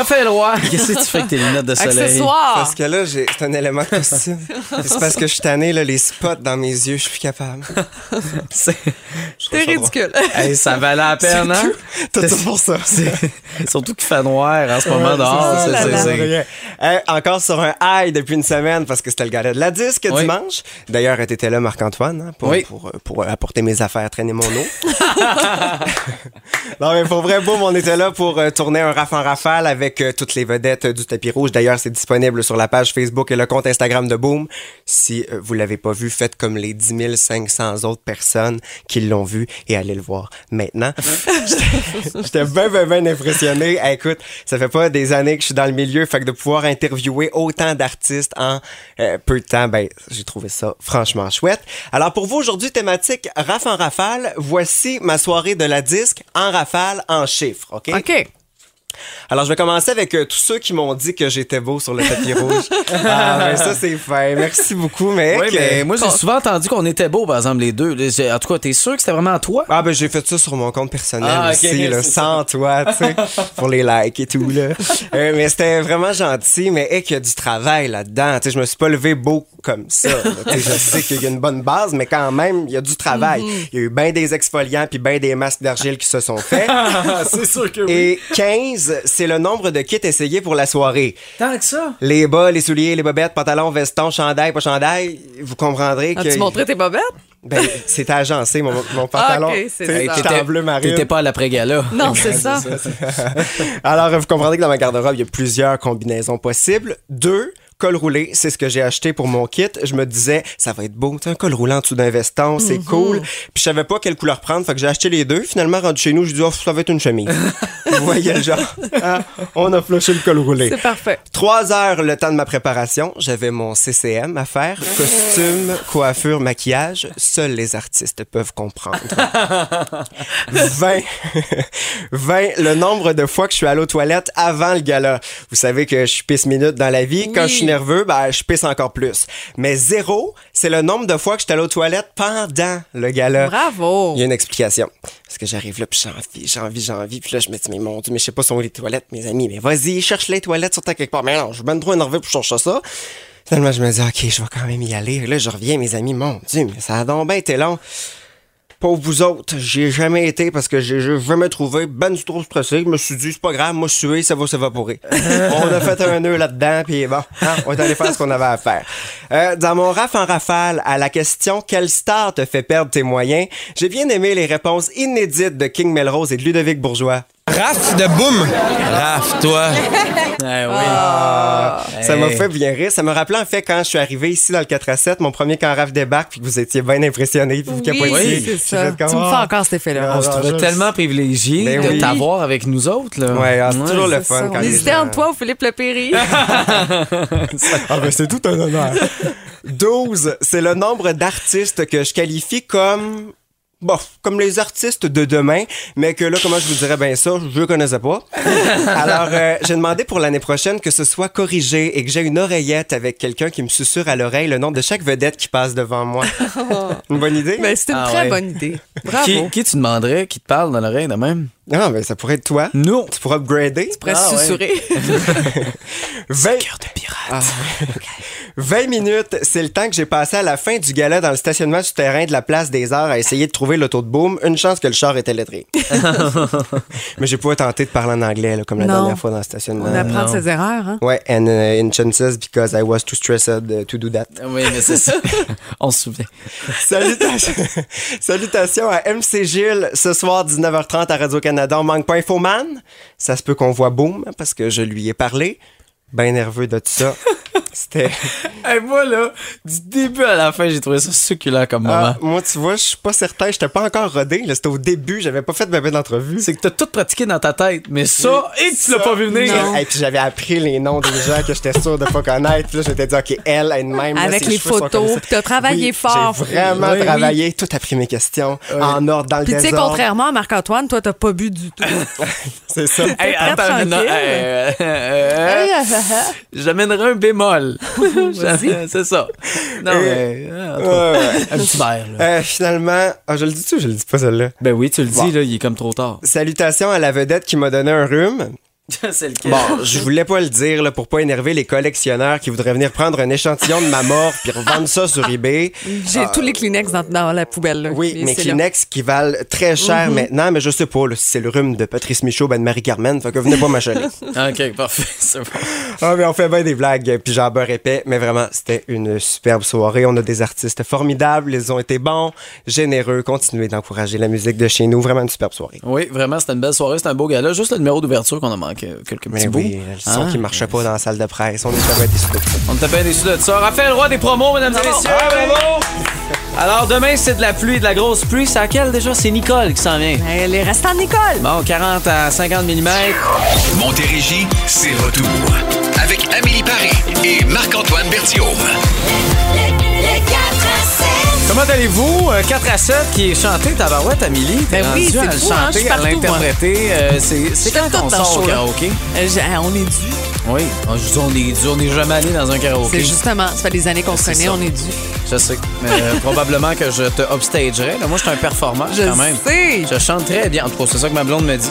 Speaker 2: Raphaël Roy, qu'est-ce que tu fais avec tes lunettes de soleil?
Speaker 3: Accessoire.
Speaker 10: Parce que là, j'ai- c'est un élément de costume. C'est parce que je suis tanné, là, les spots dans mes yeux, je suis plus capable.
Speaker 2: C'est
Speaker 3: C'est ridicule.
Speaker 2: Hey, ça valait la peine, hein?
Speaker 10: T'as tout pour ça.
Speaker 2: C'est- Surtout qu'il fait noir en ce moment dehors.
Speaker 10: Ah,
Speaker 2: c'est-
Speaker 10: ça,
Speaker 2: c'est-
Speaker 10: ça,
Speaker 2: c'est-
Speaker 10: c'est rien. Hey, encore sur un high depuis une semaine parce que c'était le gala de la disque
Speaker 2: Oui.
Speaker 10: dimanche. D'ailleurs, t'étais là, Marc-Antoine, hein, pour,
Speaker 2: Oui.
Speaker 10: pour, euh, pour apporter mes affaires, traîner mon eau. non, mais pour vrai, boum, on était là pour euh, tourner un raf en rafale avec euh, toutes les vedettes euh, du tapis rouge. D'ailleurs, c'est disponible sur la page Facebook et le compte Instagram de Boom. Si euh, vous l'avez pas vu, faites comme les 10 500 autres personnes qui l'ont vu et allez le voir maintenant. J'étais- J'étais bien, bien, bien impressionné. Eh, Écoute, ça fait pas des années que je suis dans le milieu, fait que de pouvoir interviewer autant d'artistes en euh, peu de temps, ben, j'ai trouvé ça franchement chouette. Alors, pour vous, aujourd'hui, thématique Raf en rafale, voici ma soirée de la disque en rafale, en chiffres, OK?
Speaker 3: OK.
Speaker 10: Alors, je vais commencer avec euh, tous ceux qui m'ont dit que j'étais beau sur le tapis rouge. Ah, ben ça, c'est fin. Merci beaucoup, mec. Euh,
Speaker 2: Oui, mais moi, j'ai
Speaker 3: Bon.
Speaker 2: souvent entendu qu'on était beaux, par exemple, les deux. Les- En tout cas, t'es sûr que c'était vraiment toi?
Speaker 10: Ah ben j'ai fait ça sur mon compte personnel
Speaker 2: Ah, ok,
Speaker 10: aussi, là,
Speaker 2: c'est
Speaker 10: sans toi, tu sais, pour les likes et tout là. Euh, mais c'était vraiment gentil, mais hey, qu'il y a du travail là-dedans. Tu sais, je me suis pas levé beau comme ça. là. Tu sais, je sais qu'il y a une bonne base, mais quand même, il y a du travail.
Speaker 2: Mm-hmm.
Speaker 10: Il y a eu bien des exfoliants puis bien des masques d'argile qui se sont faits.
Speaker 2: c'est sûr que
Speaker 10: Et 15, c'est le nombre de kits essayés pour la soirée.
Speaker 2: Tant que ça.
Speaker 10: Les bas, les souliers, les bobettes, pantalons, vestons, chandail, pas chandail, vous comprendrez que...
Speaker 3: As-tu montré tes bobettes?
Speaker 10: Ben, c'était agencé, mon, mon pantalon.
Speaker 3: Ah, ok, c'est
Speaker 10: Tu sais,
Speaker 3: ça.
Speaker 10: j'étais en bleu marine.
Speaker 2: T'étais pas à l'après-gala.
Speaker 3: Non, c'est ça.
Speaker 10: Alors, vous comprendrez que dans ma garde-robe, il y a plusieurs combinaisons possibles. Deux, col roulé, c'est ce que j'ai acheté pour mon kit. Je me disais, ça va être beau, tu sais, un col roulé en dessous d'un veston, c'est cool. Puis je savais pas quelle couleur prendre, fait que j'ai acheté les deux. Finalement, rendu chez nous, je dis, oh, ça va être une chemise. vous voyez le genre. Hein? On a flushé le col roulé.
Speaker 3: C'est parfait.
Speaker 10: Trois heures le temps de ma préparation, j'avais mon CCM à faire, costume, coiffure, maquillage, seuls les artistes peuvent comprendre. 20, 20, le nombre de fois que je suis allé aux toilettes avant le gala. Vous savez que je pisse minute dans la vie, quand je suis nerveux, ben, je pisse encore plus. Mais zéro, c'est le nombre de fois que je suis allé aux toilettes pendant le gala.
Speaker 3: Bravo.
Speaker 10: Il Euh, y a une explication. Parce que j'arrive là, puis j'ai envie, j'ai envie, j'ai envie. Puis là, je me dis, mais mon Dieu, mais je sais pas sont où les toilettes, mes amis. Mais vas-y, cherche les toilettes sur ta quelque part. Mais non, je suis bien trop énervé pour chercher ça. Finalement, je me dis, OK, je vais quand même y aller. Là, je reviens, mes amis. Mon Dieu, mais ça a donc bien été long. Pour vous autres, j'ai jamais été parce que j'ai j'ai jamais trouvé. Ben du trop stressé. Je me suis dit, c'est pas grave, moi, je suis ça va s'évaporer. on a fait un nœud là-dedans, puis bon, hein, on est allé faire ce qu'on avait à faire. Euh, dans mon raf en rafale, à la question Quelle star te fait perdre tes moyens J'ai bien aimé les réponses inédites de King Melrose et de Ludovic Bourgeois.
Speaker 4: Raph de Boom. Raph, toi.
Speaker 2: Eh oui.
Speaker 10: Ah. Ça m'a
Speaker 2: Hey.
Speaker 10: fait bien rire. Ça me rappelait en fait quand je suis arrivé ici dans le 4 à 7, mon premier camp raf débarque, puis que vous étiez bien impressionné, puis vous capotiez.
Speaker 3: oui, c'est
Speaker 10: Puis
Speaker 3: ça.
Speaker 10: vous êtes comme,
Speaker 3: Tu me
Speaker 10: Ah.
Speaker 3: fais encore cet effet-là.
Speaker 2: On se trouvait
Speaker 10: je-
Speaker 2: tellement privilégiés
Speaker 10: Ben
Speaker 2: de
Speaker 10: oui.
Speaker 2: t'avoir avec nous autres. Là.
Speaker 10: Ouais, ah, c'est toujours le
Speaker 3: C'est ça,
Speaker 10: fun quand
Speaker 3: On
Speaker 10: les
Speaker 3: hésitait
Speaker 10: gens-
Speaker 3: entre toi ou Philippe Lepéry.
Speaker 10: Ah ben c'est tout un honneur. 12, c'est le nombre d'artistes que je qualifie comme bon, comme les artistes de demain, mais que là comment je vous dirais ben ça, je connaissais pas. Alors euh, j'ai demandé pour l'année prochaine que ce soit corrigé et que j'ai une oreillette avec quelqu'un qui me susurre à l'oreille le nom de chaque vedette qui passe devant moi. une bonne idée
Speaker 3: Mais c'est une
Speaker 2: Ah
Speaker 3: très
Speaker 2: ouais.
Speaker 3: bonne idée. Bravo.
Speaker 2: Qui, qui tu demanderais qui te parle dans l'oreille de même?
Speaker 10: Ah ben ça pourrait être toi.
Speaker 2: Nous.
Speaker 10: Tu pourras upgrader.
Speaker 3: Après
Speaker 2: Ah ouais.
Speaker 3: susurrer.
Speaker 10: 20... Ah. 20 minutes, c'est le temps que j'ai passé à la fin du gala dans le stationnement souterrain de la place des Arts à essayer de trouver l'auto de boom. Une chance que le char était lettré. Mais j'ai pas tenté de parler en anglais là, comme la
Speaker 3: Non.
Speaker 10: dernière fois dans le stationnement.
Speaker 3: On apprend de ses erreurs. Hein?
Speaker 10: Ouais, and uh, in chances because I was too stressed uh, to do that.
Speaker 2: Oui, mais c'est ça. On se souvient.
Speaker 10: Salutations, salutations à MC Gilles ce soir 19h30 à Radio-Canada. On manque pas Infoman. Ça se peut qu'on voit Boom parce que je lui ai parlé. Ben nerveux de tout ça. C'était.
Speaker 2: Hey, Eh, moi, là, du début à la fin, j'ai trouvé ça succulent comme moment.
Speaker 10: Ah, moi, tu vois, je suis pas certain. J'étais pas encore rodé. là. C'était au début. J'avais pas fait ma belle entrevue.
Speaker 2: C'est que t'as tout pratiqué dans ta tête, mais ça, et que tu l'as pas vu venir.
Speaker 10: Et puis j'avais appris les noms des gens que j'étais sûr de pas connaître. Puis là, j'étais dit, OK, elle, elle-même. là,
Speaker 3: Avec
Speaker 10: ses
Speaker 3: les
Speaker 10: cheveux sont
Speaker 3: photos.
Speaker 10: comme ça.
Speaker 3: Puis t'as travaillé
Speaker 10: Oui,
Speaker 3: fort.
Speaker 10: J'ai vraiment
Speaker 2: Oui, oui.
Speaker 10: travaillé. Tout appris mes questions. En ordre, dans le
Speaker 3: Puis tu sais,
Speaker 10: désordre.
Speaker 3: contrairement à Marc-Antoine, toi, t'as pas bu du tout.
Speaker 10: Hein? C'est ça.
Speaker 2: Hey,
Speaker 3: très
Speaker 2: attends,
Speaker 3: tranquille.
Speaker 2: non, euh, euh,
Speaker 3: Hey, ah, ah,
Speaker 2: J'amènerai un bémol. J'amène- c'est ça. Non,
Speaker 10: Et-
Speaker 2: mais, euh, en tout
Speaker 10: Ouais, ouais.
Speaker 2: cas, un petit verre, là.
Speaker 10: Euh, finalement, ah, je le dis-tu ou je le dis pas, celle-là?
Speaker 2: Ben oui, tu le dis,
Speaker 10: Bon.
Speaker 2: là, il est comme trop tard.
Speaker 10: Salutations à la vedette qui m'a donné un rhume.
Speaker 2: c'est le cas.
Speaker 10: Bon, je voulais pas le dire là, pour pas énerver les collectionneurs qui voudraient venir prendre un échantillon de ma mort puis revendre ça sur eBay.
Speaker 3: J'ai tous les Kleenex dans, dans la poubelle. là.
Speaker 10: Ah. Oui,
Speaker 3: Et
Speaker 10: mes
Speaker 3: c'est là. Mhm.
Speaker 10: Kleenex qui valent très cher maintenant, mais je sais pas là, si c'est le rhume de Patrice Michaud, ben de Marie-Carmen, fait que venez pas m'achaler.
Speaker 2: OK, parfait. C'est bon.
Speaker 10: ah, mais on fait bien des blagues, euh, puis j'en beurre épais, mais vraiment, c'était une superbe soirée. On a des artistes formidables, ils ont été bons, généreux, continuez d'encourager la musique de chez nous. Vraiment une superbe soirée.
Speaker 2: Oui, vraiment, c'était une belle soirée, c'était un beau gala. Juste le numéro d'ouverture qu'on a manqué euh, quelques
Speaker 10: Mais
Speaker 2: petits bouts.
Speaker 10: oui, le son
Speaker 2: Ah.
Speaker 10: qui marchait pas dans la salle de presse, on est vraiment déçus.
Speaker 2: On était bien déçus de ça. Raphaël Roy des promos, mesdames et messieurs. Alors, demain, c'est de la pluie, de la grosse pluie. C'est à quelle déjà? C'est Nicole qui s'en vient.
Speaker 3: Ben, les restants de Nicole.
Speaker 2: Bon, 40 à 50 mm.
Speaker 1: Montérégie, c'est retour. Avec Amélie Paris et Marc-Antoine Bertiaume.
Speaker 2: Comment allez-vous? Euh, 4 à 7 qui est chanté, Tabarouette, Amélie. T'es
Speaker 3: Ben oui,
Speaker 2: rendue
Speaker 3: c'est
Speaker 2: à le
Speaker 3: fou, hein, je suis
Speaker 2: chanter, à
Speaker 3: partout,
Speaker 2: l'interpréter. Euh, c'est c'est
Speaker 3: Je fais
Speaker 2: quand
Speaker 3: tout
Speaker 2: qu'on
Speaker 3: dans
Speaker 2: sort
Speaker 3: ce
Speaker 2: au
Speaker 3: show-là.
Speaker 2: karaoké?
Speaker 3: Euh, j'ai- on est dû.
Speaker 2: Oui, on, je dis, on est dû, on n'est jamais allé dans un karaoké.
Speaker 3: C'est justement, ça fait des années qu'on se
Speaker 2: C'est
Speaker 3: connaît,
Speaker 2: ça.
Speaker 3: on est dû.
Speaker 2: Je sais. Mais euh, probablement que je te upstagerais. Là, moi, je suis un performeur
Speaker 3: Je
Speaker 2: quand même.
Speaker 3: sais.
Speaker 2: Je chante très bien. En tout cas, c'est ça que ma blonde me dit.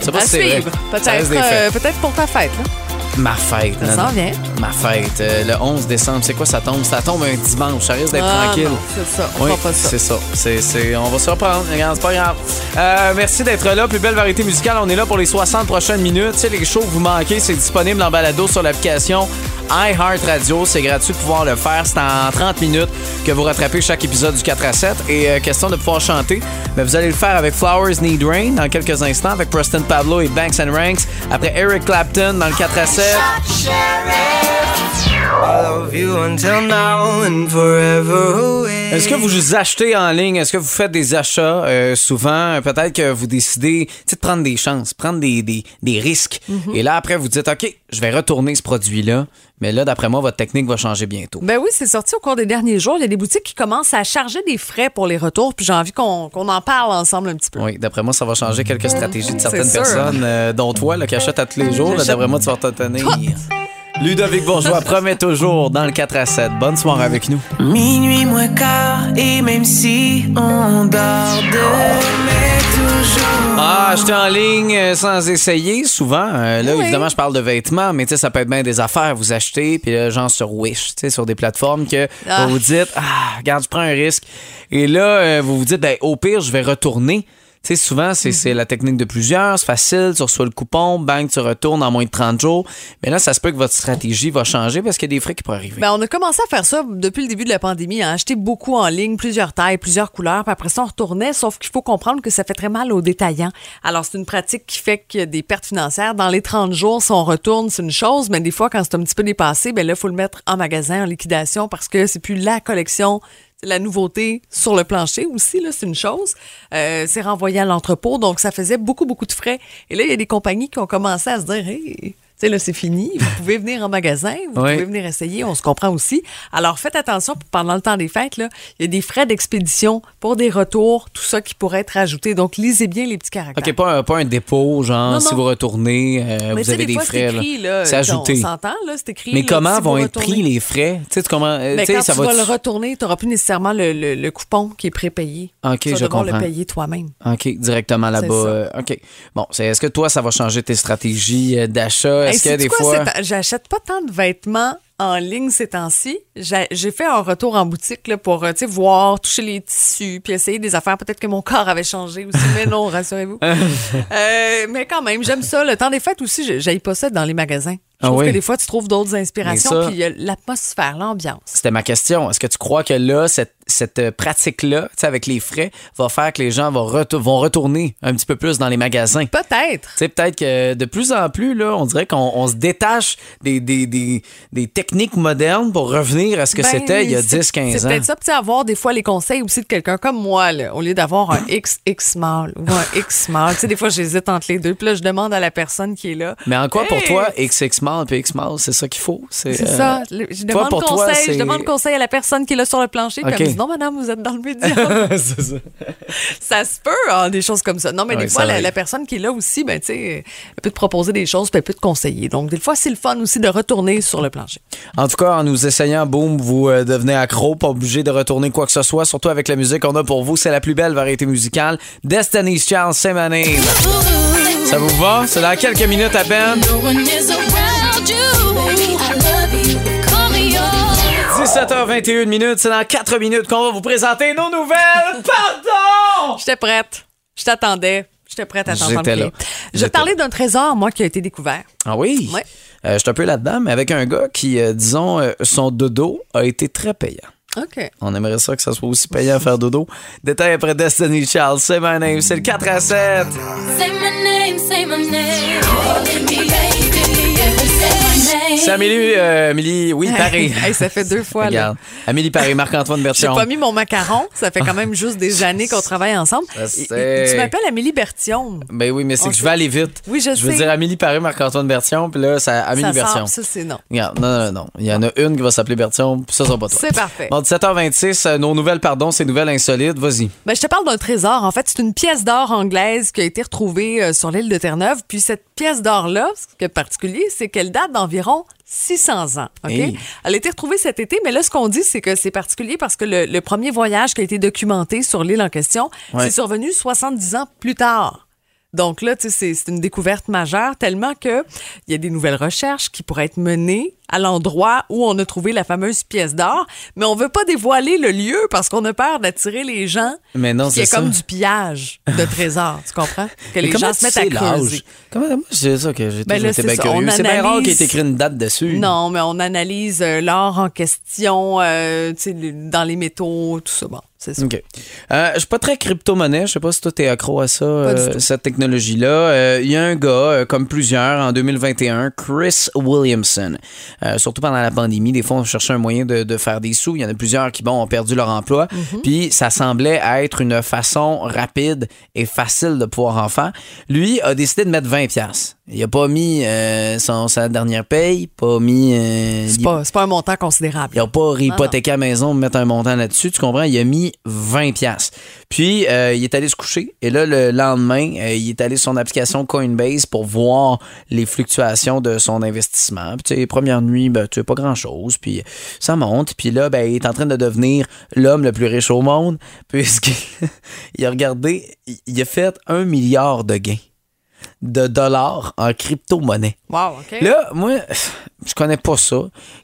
Speaker 2: Je sais pas
Speaker 3: À
Speaker 2: si c'est
Speaker 3: suivre.
Speaker 2: vrai. Ça reste
Speaker 3: Peut-être
Speaker 2: des
Speaker 3: euh,
Speaker 2: faits.
Speaker 3: peut-être pour ta fête. hein? Là.
Speaker 2: Ma fête. là.
Speaker 3: Ça s'en vient.
Speaker 2: Ma fête. euh, le 11 décembre. C'est quoi ça tombe? Ça tombe un dimanche. Ça risque d'être
Speaker 3: Ah,
Speaker 2: tranquille.
Speaker 3: non, c'est ça. On
Speaker 2: Oui,
Speaker 3: fera pas ça.
Speaker 2: C'est ça. C'est- c'est- on va se reprendre. Regarde, C'est pas grave. Euh, merci d'être là. Plus belle variété musicale. On est là pour les 60 prochaines minutes. Tu sais, les shows que vous manquez, c'est disponible en balado sur l'application iHeartRadio. C'est gratuit de pouvoir le faire. C'est en 30 minutes que vous rattrapez chaque épisode du 4 à 7. Et euh, question de pouvoir chanter, mais vous allez le faire avec Flowers Need Rain dans quelques instants, avec Preston Pablo et Banks and Ranks. Après Eric Clapton dans le 4 à 7. Est-ce que vous vous achetez en ligne? Est-ce que vous faites des achats euh, souvent? Euh, Peut-être que vous décidez tu sais, de prendre des chances, prendre des, des- des risques. Et là, après, vous dites, OK, je vais retourner ce produit-là. Mais là, d'après moi, votre technique va changer bientôt.
Speaker 3: Ben oui, c'est sorti au cours des derniers jours. Il y a des boutiques qui commencent à charger des frais pour les retours, puis j'ai envie qu'on qu'on en parle ensemble un petit peu.
Speaker 2: Oui, d'après moi, ça va changer quelques stratégies de certaines
Speaker 3: sûr.
Speaker 2: personnes, euh, dont toi, là, qui achètes à tous les jours. là, D'après moi, tu vas t'en tenir. Ludovic Bourgeois promet toujours dans le 4 à 7. Bonne soirée avec nous.
Speaker 11: Minuit moins quart et même si on dort mais toujours.
Speaker 2: Ah, acheter en ligne euh, sans essayer, souvent. Euh, là,
Speaker 3: Oui.
Speaker 2: évidemment, je parle de vêtements, mais tu sais, ça peut être bien des affaires. Vous achetez, puis là, genre sur Wish, tu sais, sur des plateformes que
Speaker 3: Ah.
Speaker 2: vous vous dites, ah, regarde, je prends un risque. Et là, euh, vous vous dites, ben, au pire, je vais retourner. Tu sais, souvent,
Speaker 3: Mhm.
Speaker 2: c'est c'est la technique de plusieurs, c'est facile, tu reçois le coupon, bang, tu retournes en moins de 30 jours. Mais là, ça se peut que votre stratégie va changer parce qu'il y a des frais qui pourraient arriver.
Speaker 3: Ben, on a commencé à faire ça depuis le début de la pandémie, à acheter beaucoup en ligne, plusieurs tailles, plusieurs couleurs, puis après ça, on retournait, sauf qu'il faut comprendre que ça fait très mal aux détaillants. Alors, c'est une pratique qui fait qu'il y a des pertes financières. Dans les 30 jours, si on retourne, c'est une chose, mais des fois, quand c'est un petit peu dépassé, ben là, faut le mettre en magasin, en liquidation, parce que c'est plus la collection la nouveauté sur le plancher aussi, là, c'est une chose. Euh, c'est renvoyé à l'entrepôt, donc ça faisait beaucoup, beaucoup de frais. Et là, il y a des compagnies qui ont commencé à se dire, hey, tu sais, là, c'est fini, vous pouvez venir en magasin, vous
Speaker 2: Oui.
Speaker 3: pouvez venir essayer, on se comprend aussi. Alors, faites attention, pour- pendant le temps des fêtes, là, il y a des frais d'expédition pour des retours, tout ça qui pourrait être ajouté. Donc, lisez bien les petits caractères.
Speaker 2: OK, pas un, pas un dépôt, genre,
Speaker 3: Non,
Speaker 2: si
Speaker 3: non.
Speaker 2: vous retournez, euh,
Speaker 3: Mais tu
Speaker 2: vous
Speaker 3: sais,
Speaker 2: avez
Speaker 3: des fois, c'est
Speaker 2: frais. là.
Speaker 3: écrit, là, euh,
Speaker 2: C'est ajouté.
Speaker 3: On s'entend, là, c'est écrit.
Speaker 2: Mais
Speaker 3: là,
Speaker 2: comment
Speaker 3: euh, si
Speaker 2: vont
Speaker 3: vous
Speaker 2: être pris
Speaker 3: retournez.
Speaker 2: les frais? Tu sais, tu comment. euh, tu
Speaker 3: Mais
Speaker 2: sais,
Speaker 3: quand
Speaker 2: ça
Speaker 3: tu
Speaker 2: va
Speaker 3: vas le
Speaker 2: tu-
Speaker 3: retourner, tu n'auras plus nécessairement le, le- le coupon qui est prépayé.
Speaker 2: Ok,
Speaker 3: tu vas
Speaker 2: je
Speaker 3: devoir
Speaker 2: comprends.
Speaker 3: le payer toi-même.
Speaker 2: OK, directement là-bas.
Speaker 3: C'est ça.
Speaker 2: euh, OK. Bon, c'est- est-ce que toi, ça va changer tes stratégies euh, d'achat?
Speaker 3: Hey,
Speaker 2: Est-ce que
Speaker 3: sais-tu
Speaker 2: des
Speaker 3: quoi,
Speaker 2: fois.
Speaker 3: c'est- J'achète pas tant de vêtements en ligne ces temps-ci. J'ai j'ai fait un retour en boutique là, pour euh, tu sais, voir, toucher les tissus, puis essayer des affaires. Peut-être que mon corps avait changé aussi, mais non, rassurez-vous. Euh, mais quand même, j'aime ça. Le temps des fêtes aussi, je- j'aille pas ça dans les magasins.
Speaker 2: Ah
Speaker 3: Je trouve
Speaker 2: oui.
Speaker 3: que des fois, tu trouves d'autres inspirations,
Speaker 2: Mais ça-
Speaker 3: puis il y a l'atmosphère, l'ambiance.
Speaker 2: C'était ma question. Est-ce que tu crois que là, cette, cette euh, pratique-là, tu sais, avec les frais, va faire que les gens vont, retou- vont retourner un petit peu plus dans les magasins?
Speaker 3: Peut-être.
Speaker 2: Tu sais, peut-être que de plus en plus, là, on dirait qu'on on se détache des, des, des, des techniques modernes pour revenir à ce que
Speaker 3: Ben,
Speaker 2: c'était il y a
Speaker 3: c'est-
Speaker 2: 10-15
Speaker 3: C'est
Speaker 2: ans.
Speaker 3: peut-être ça, puis tu sais, avoir des fois les conseils aussi de quelqu'un comme moi, là, au lieu d'avoir un XX small ou un X small. Tu sais, des fois, j'hésite entre les deux, puis là, je demande à la personne qui est là.
Speaker 2: Mais en quoi pour
Speaker 3: Hey!
Speaker 2: toi, XX mall et X mall, c'est ça qu'il faut?
Speaker 3: C'est
Speaker 2: euh,
Speaker 3: ça. Le- Je
Speaker 2: toi,
Speaker 3: demande
Speaker 2: pour toi,
Speaker 3: conseil,
Speaker 2: c'est-
Speaker 3: je demande conseil à la personne qui est là sur le plancher, puis
Speaker 2: Ok.
Speaker 3: elle me dit non, madame, vous êtes dans le média.
Speaker 2: c'est ça.
Speaker 3: ça se peut, hein, des choses comme ça. Non, mais
Speaker 2: Ouais,
Speaker 3: des
Speaker 2: Ah ça
Speaker 3: fois, la,
Speaker 2: arrive.
Speaker 3: la personne qui est là aussi, ben, tu sais, elle peut te proposer des choses, puis elle peut te conseiller. Donc, des fois, c'est le fun aussi de retourner sur le plancher.
Speaker 2: En tout cas, en nous essayant, boum, vous euh, devenez accro, pas obligé de retourner quoi que ce soit, surtout avec la musique qu'on a pour vous. C'est la plus belle variété musicale. Destiny's Child, c'est ma name. Ça vous va? C'est dans quelques minutes à peine.
Speaker 12: No one is around you. Baby, I love you. Call me yours.
Speaker 2: 17h21 minutes, c'est dans 4 minutes qu'on va vous présenter nos nouvelles. Pardon!
Speaker 3: J'étais prête. Je t'attendais. J'étais prête à t'entendre.
Speaker 2: J'étais là.
Speaker 3: crier. Je vais te parler d'un trésor, moi, qui a été découvert.
Speaker 2: Ah oui? Euh, je suis un peu là-dedans, mais avec un gars qui, euh, disons, euh, son dodo a été très payant.
Speaker 3: OK.
Speaker 2: On aimerait ça que ça soit aussi payant à faire dodo. Détail après Destiny Charles, c'est my name, c'est le 4 à 7.
Speaker 12: Say my name, say my name. Calling me lately.
Speaker 2: C'est
Speaker 12: Say my name.
Speaker 2: Amélie, euh, Amélie, oui, Paré.
Speaker 3: Hey, ça fait deux fois, là.
Speaker 2: Regarde. Amélie Paré, Marc-Antoine
Speaker 3: J'ai
Speaker 2: Bertrand.
Speaker 3: pas mis mon macaron. Ça fait quand même juste des années qu'on travaille ensemble.
Speaker 2: Ça,
Speaker 3: Et-
Speaker 2: c'est-
Speaker 3: Tu m'appelles Amélie Bertium.
Speaker 2: Ben oui, mais c'est
Speaker 3: On
Speaker 2: que je
Speaker 3: sait.
Speaker 2: vais aller vite.
Speaker 3: Oui, je
Speaker 2: Je veux
Speaker 3: sais.
Speaker 2: dire Amélie Paré, Marc-Antoine Bertion, puis là, c'est Amélie
Speaker 3: Ça sort,
Speaker 2: Bertion.
Speaker 3: ça, c'est non.
Speaker 2: Regarde, non, non, non. Il y en a une qui va s'appeler Bertion, puis ça sera pas toi.
Speaker 3: C'est parfait.
Speaker 2: Bon, 17h26, euh, nos nouvelles, pardon, c'est nouvelles insolites. Vas-y.
Speaker 3: Ben, je te parle d'un trésor. En fait, c'est une pièce d'or anglaise qui a été retrouvée euh, sur l'île de Terre-Neuve. Puis cette pièce d'or-là, ce qui est particulier, c'est qu'elle date d'environ 600 ans. OK?
Speaker 12: Hey.
Speaker 3: Elle a été retrouvée cet été, mais là, ce qu'on dit, c'est que c'est particulier parce que le, le premier voyage qui a été documenté sur l'île en question,
Speaker 12: Ouais.
Speaker 3: c'est survenu 70 ans plus tard. Donc là, tu sais, c'est- c'est une découverte majeure tellement que il y a des nouvelles recherches qui pourraient être menées à l'endroit où on a trouvé la fameuse pièce d'or, mais on veut pas dévoiler le lieu parce qu'on a peur d'attirer les gens.
Speaker 2: Mais non,
Speaker 3: Puis il y a
Speaker 2: c'est
Speaker 3: comme
Speaker 2: ça.
Speaker 3: du pillage de trésors, tu comprends? Que
Speaker 2: Mais
Speaker 3: les
Speaker 2: comment
Speaker 3: gens
Speaker 2: tu
Speaker 3: se mettent
Speaker 2: sais
Speaker 3: à
Speaker 2: l'âge?
Speaker 3: creuser.
Speaker 2: Comment moi, c'est ça que j'ai
Speaker 3: Ben
Speaker 2: toujours
Speaker 3: là,
Speaker 2: été
Speaker 3: c'est
Speaker 2: bien
Speaker 3: ça,
Speaker 2: curieux.
Speaker 3: on
Speaker 2: C'est bien rare
Speaker 3: analyse-
Speaker 2: qu'il ait été écrit une date dessus.
Speaker 3: Non, mais on analyse euh, l'or en question, euh, tu sais, le- dans les métaux, tout ça. Bon, c'est ça.
Speaker 2: OK. Euh, je suis pas très crypto-monnaie. Je sais pas si toi, t'es accro à ça,
Speaker 3: du
Speaker 2: euh, cette technologie-là. Euh, Il y a un gars, euh, comme plusieurs, en 2021, Chris Williamson. Euh, surtout pendant la pandémie, des fois, on cherchait un moyen de, de faire des sous. Il y en a plusieurs qui, bon, ont perdu leur emploi.
Speaker 3: Mhm.
Speaker 2: Puis, ça semblait être une façon rapide et facile de pouvoir en faire. Lui a décidé de mettre 20 pièces. Il a pas mis euh, son, sa dernière paye, pas mis... euh,
Speaker 3: C'est pas, c'est pas un montant considérable.
Speaker 2: il n'a pas
Speaker 3: non.
Speaker 2: hypothéqué à la maison, mettre un montant là-dessus, tu comprends? Il a mis 20 pièces. Puis, euh, il est allé se coucher. Et là, le lendemain, euh, il est allé sur son application Coinbase pour voir les fluctuations de son investissement. Puis, tu sais, première nuit, ben, tu sais, pas grand-chose. Puis, ça monte. Puis là, ben, il est en train de devenir l'homme le plus riche au monde puisqu'il a regardé, il- il a fait un milliard de gains de dollars en crypto-monnaie.
Speaker 3: Wow, OK.
Speaker 2: Là, moi, je connais pas ça.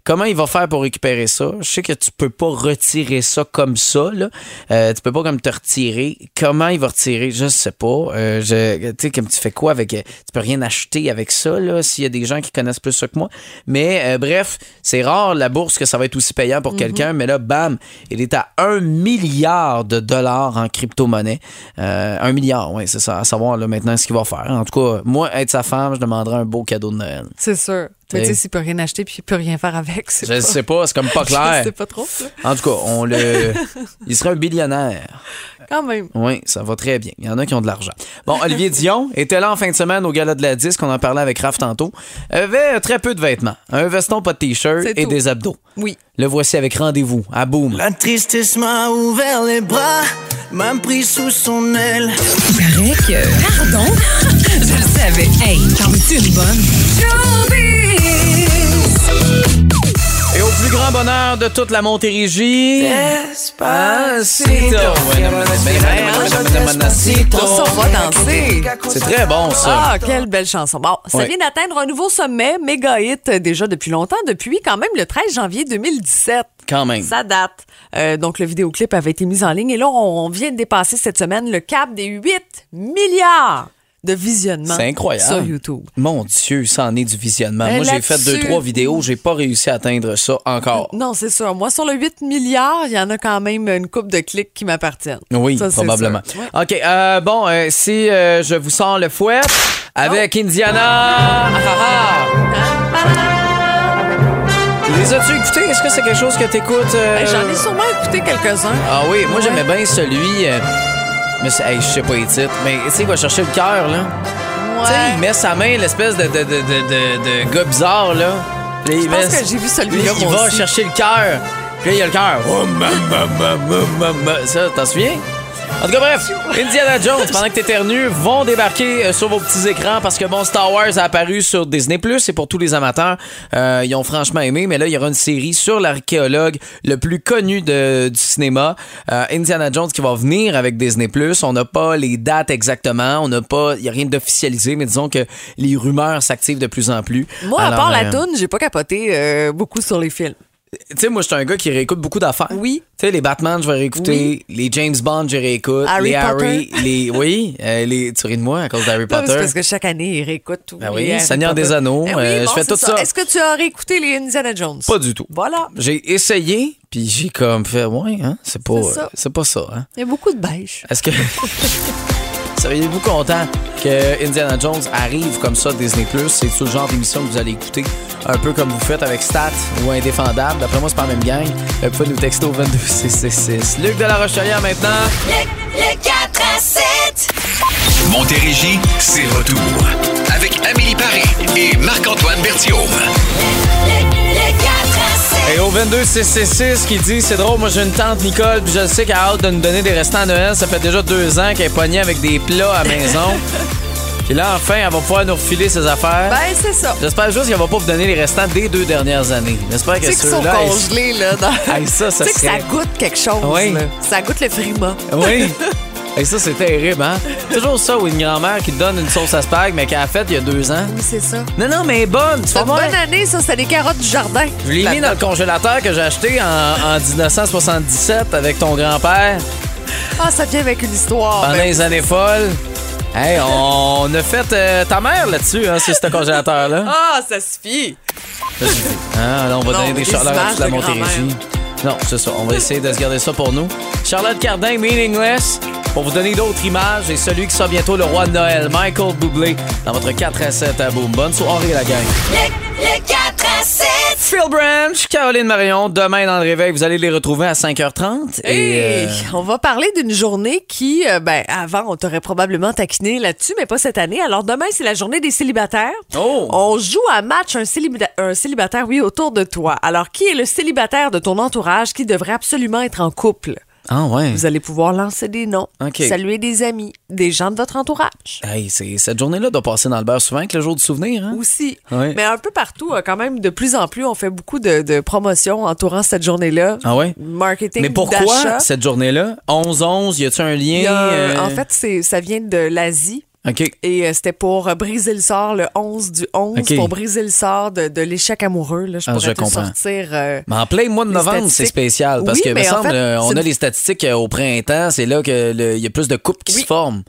Speaker 2: Comment il va faire pour récupérer ça? Je sais que tu peux pas retirer ça comme ça. Là. Euh, tu peux pas comme te retirer. Comment il va retirer? Je sais pas. Euh, je- tu sais, comme tu fais quoi avec... euh, Tu peux rien acheter avec ça, là, s'il y a des gens qui connaissent plus ça que moi. Mais euh, bref, c'est rare la bourse que ça va être aussi payant pour quelqu'un. Mais là, bam, il est à un milliard de dollars en crypto-monnaie. Euh, un milliard, oui, c'est ça. À savoir là, maintenant ce qu'il va faire. En tout cas, moi, être sa femme, je demanderais un beau cadeau de Noël.
Speaker 3: C'est sûr.
Speaker 2: T'sais.
Speaker 3: Mais tu sais, s'il peut rien acheter puis il peut rien faire avec, c'est
Speaker 2: Je
Speaker 3: pas...
Speaker 2: sais pas, c'est comme pas clair.
Speaker 3: Je sais pas trop, ça.
Speaker 2: En tout cas, on le. Il serait un billionnaire.
Speaker 3: Quand même.
Speaker 2: Oui, ça va très bien. Il y en a qui ont de l'argent. Bon, Olivier Dion était là en fin de semaine au gala de la disque. On en parlait avec Raph tantôt. avait très peu de vêtements. Un veston, pas de t-shirt
Speaker 13: C'est
Speaker 2: et
Speaker 13: tout.
Speaker 2: des abdos.
Speaker 3: Oui.
Speaker 2: Le voici avec rendez-vous. À boum.
Speaker 13: La tristesse m'a ouvert les bras, m'a pris sous son aile.
Speaker 14: paraît que. euh, Pardon? Je le savais. Hey, t'en veux-tu une bonne?
Speaker 2: Et au plus grand bonheur de toute la Montérégie. Despacito.
Speaker 3: On s'en va danser.
Speaker 2: C'est très bon, ça.
Speaker 3: Ah, quelle belle chanson. Bon, ça
Speaker 2: Ouais.
Speaker 3: vient d'atteindre un nouveau sommet, méga hit, euh, déjà depuis longtemps, depuis quand même le 13 janvier 2017.
Speaker 2: Quand même.
Speaker 3: Ça date. Euh, donc, le vidéoclip avait été mis en ligne et là, on, on vient de dépasser cette semaine le cap des 8 milliards de visionnements.
Speaker 2: C'est incroyable.
Speaker 3: Sur YouTube.
Speaker 2: Mon Dieu, ça en est du visionnement.
Speaker 3: Ben,
Speaker 2: Moi, j'ai fait deux,
Speaker 3: là-dessus-
Speaker 2: trois vidéos, j'ai pas réussi à atteindre ça encore.
Speaker 3: Non, c'est sûr. Moi, sur le 8 milliards, il y en a quand même une coupe de clics qui m'appartiennent.
Speaker 2: Oui,
Speaker 3: Ça, c'est
Speaker 2: probablement.
Speaker 3: sûr. Ouais.
Speaker 2: OK, euh, bon, euh, si euh, je vous sors le fouet avec
Speaker 3: Oh.
Speaker 2: Indiana. Ah, ah, ah. Les as-tu écoutés? Est-ce que c'est quelque chose que t'écoutes? euh?
Speaker 3: Hey, Ben, J'en ai sûrement écouté quelques-uns.
Speaker 2: Ah oui, moi
Speaker 3: Ouais.
Speaker 2: j'aimais bien celui. euh, mais c'est- hey, je sais pas les titres, mais tu sais, il va chercher le cœur, là. Ah, Tu sais, il met sa main, l'espèce de, de, de, de, de- de gars bizarre, là. Puis là, il
Speaker 3: Je pense
Speaker 2: met-
Speaker 3: que j'ai vu celui-là,
Speaker 2: Il
Speaker 3: moi
Speaker 2: va
Speaker 3: aussi.
Speaker 2: chercher le cœur. Puis là, il y a le cœur. Oh, ma, ma, ma, ma, ma, ma. Ça, t'en souviens? En tout cas, bref, Indiana Jones, pendant que t'éternues, vont débarquer euh, sur vos petits écrans parce que, bon, Star Wars a apparu sur Disney+, et pour tous les amateurs, euh, ils ont franchement aimé, mais là, il y aura une série sur l'archéologue le plus connu de- du cinéma, euh, Indiana Jones, qui va venir avec Disney+. On n'a pas les dates exactement, on n'a pas, il y a rien d'officialisé, mais disons que les rumeurs s'activent de plus en plus.
Speaker 3: Moi, à
Speaker 2: Alors,
Speaker 3: part la
Speaker 2: euh,
Speaker 3: toune, j'ai pas capoté euh, beaucoup sur les films.
Speaker 2: tu sais, moi, je suis un gars qui réécoute beaucoup d'affaires. Oui. Tu sais, les Batman, je vais réécouter. Les James Bond, je réécoute.
Speaker 3: Harry
Speaker 2: les Harry.
Speaker 3: Potter.
Speaker 2: Les, oui. euh, les, tu ris de moi à cause d'Harry
Speaker 3: Non, mais
Speaker 2: Potter.
Speaker 3: C'est parce que chaque année, il réécoute tout.
Speaker 2: Ben oui,
Speaker 3: Et, euh,
Speaker 2: Seigneur
Speaker 3: Harry
Speaker 2: des
Speaker 3: Potter.
Speaker 2: Anneaux,
Speaker 3: Ben oui,
Speaker 2: euh, je
Speaker 3: bon,
Speaker 2: fais
Speaker 3: c'est
Speaker 2: tout ça.
Speaker 3: Est-ce que tu as réécouté les Indiana Jones?
Speaker 2: Pas du tout.
Speaker 3: Voilà.
Speaker 2: J'ai essayé, puis j'ai comme fait, ouais, hein, c'est pas
Speaker 3: C'est ça.
Speaker 2: euh, c'est pas ça. Hein.
Speaker 3: Il y a beaucoup de beige.
Speaker 2: Est-ce que. Seriez-vous content que Indiana Jones arrive comme ça, Disney Plus? C'est tout le genre d'émission que vous allez écouter, un peu comme vous faites avec Stat ou Indéfendable. D'après moi, c'est pas la même gang. Euh, Vous pouvez nous texter au 22666. Luc de la Rochelière maintenant.
Speaker 12: Le 4 à 7.
Speaker 1: Montérégie, c'est retour. Avec Amélie Paris et Marc-Antoine Berthiaume.
Speaker 12: Le 4 à 7.
Speaker 2: Et au 22666 qui dit c'est drôle, moi j'ai une tante Nicole, puis je sais qu'elle a hâte de nous donner des restants à Noël. Ça fait déjà deux ans qu'elle est pognée avec des plats à maison. puis là, enfin, elle va pouvoir nous refiler ses affaires.
Speaker 3: Ben, c'est ça.
Speaker 2: J'espère juste qu'elle va pas vous donner les restants des deux dernières années. J'espère
Speaker 3: Tu
Speaker 2: que
Speaker 3: sais qu'ils sont
Speaker 2: ceux-là. ils-
Speaker 3: congelés, là. dans-
Speaker 2: Hey, ça, ça
Speaker 3: tu sais que ça
Speaker 2: serait-
Speaker 3: goûte quelque chose.
Speaker 2: Oui.
Speaker 3: là. Ça goûte le frima.
Speaker 2: Oui. Et ça, c'est terrible, hein? Toujours ça ou une grand-mère qui te donne une sauce à spag, mais qu'elle a faite il y a deux ans.
Speaker 3: Oui, c'est ça.
Speaker 2: Non, non, mais elle est bonne, tu
Speaker 3: C'est
Speaker 2: vas
Speaker 3: une
Speaker 2: voir.
Speaker 3: bonne année, ça. C'est des carottes du jardin.
Speaker 2: Je l'ai mis dans le congélateur que j'ai acheté en, en 1977 avec ton grand-père.
Speaker 3: Ah, ça vient avec une histoire.
Speaker 2: Pendant
Speaker 3: ben.
Speaker 2: les années folles. Hey, on a fait euh, ta mère là-dessus, hein, sur ce congélateur-là.
Speaker 3: Ah, ça suffit.
Speaker 2: Hein, là, on va
Speaker 3: Non,
Speaker 2: donner des
Speaker 3: des
Speaker 2: chaleurs à
Speaker 3: images
Speaker 2: toute la
Speaker 3: de
Speaker 2: Montérégie.
Speaker 3: grand-mère.
Speaker 2: Non, c'est ça. On va essayer de se garder ça pour nous. Charlotte Cardin, Meaningless, pour vous donner d'autres images, et celui qui sera bientôt le roi de Noël, Michael Bublé, dans votre 4 à 7 à Boom. Bonne soirée, la gang.
Speaker 12: Le 4 à 7.
Speaker 2: Phil Branch, Caroline Marion, demain dans le réveil, vous allez les retrouver à 5h30. Et,
Speaker 3: Hey,
Speaker 2: euh,
Speaker 3: On va parler d'une journée qui, euh, ben, avant, on t'aurait probablement taquiné là-dessus, mais pas cette année. Alors, demain, c'est la journée des célibataires.
Speaker 2: Oh!
Speaker 3: On joue à match un, célibata- un célibataire, oui, autour de toi. Alors, qui est le célibataire de ton entourage qui devrait absolument être en couple?
Speaker 2: Ah ouais.
Speaker 3: Vous allez pouvoir lancer des noms,
Speaker 2: OK.
Speaker 3: saluer des amis, des gens de votre entourage.
Speaker 2: Hey, c'est- cette journée-là doit passer dans le beurre souvent que le jour du souvenir. Hein?
Speaker 3: Aussi.
Speaker 2: Ouais.
Speaker 3: Mais un peu partout, euh, quand même, de plus en plus, on fait beaucoup de, de promotions entourant cette journée-là.
Speaker 2: Ah ouais?
Speaker 3: Marketing,
Speaker 2: Mais pourquoi
Speaker 3: d'achat.
Speaker 2: cette journée-là? 11-11, y a-tu un lien?
Speaker 3: Il y a un-
Speaker 2: euh,
Speaker 3: En fait, c'est- ça vient de l'Asie.
Speaker 2: OK.
Speaker 3: Et euh, c'était pour euh, briser le sort le 11 du 11,
Speaker 2: OK.
Speaker 3: pour briser le sort de, de l'échec amoureux. Là, je
Speaker 2: Ah,
Speaker 3: pourrais
Speaker 2: je
Speaker 3: te
Speaker 2: comprends.
Speaker 3: sortir. euh,
Speaker 2: Mais en plein mois de
Speaker 3: les
Speaker 2: novembre, c'est
Speaker 3: statistiques.
Speaker 2: spécial. Parce
Speaker 3: Oui,
Speaker 2: que, me
Speaker 3: mais en
Speaker 2: semble,
Speaker 3: fait,
Speaker 2: euh, on
Speaker 3: c'est
Speaker 2: a
Speaker 3: une-
Speaker 2: les statistiques euh, au printemps. C'est là qu'il y a plus de couples qui se forment.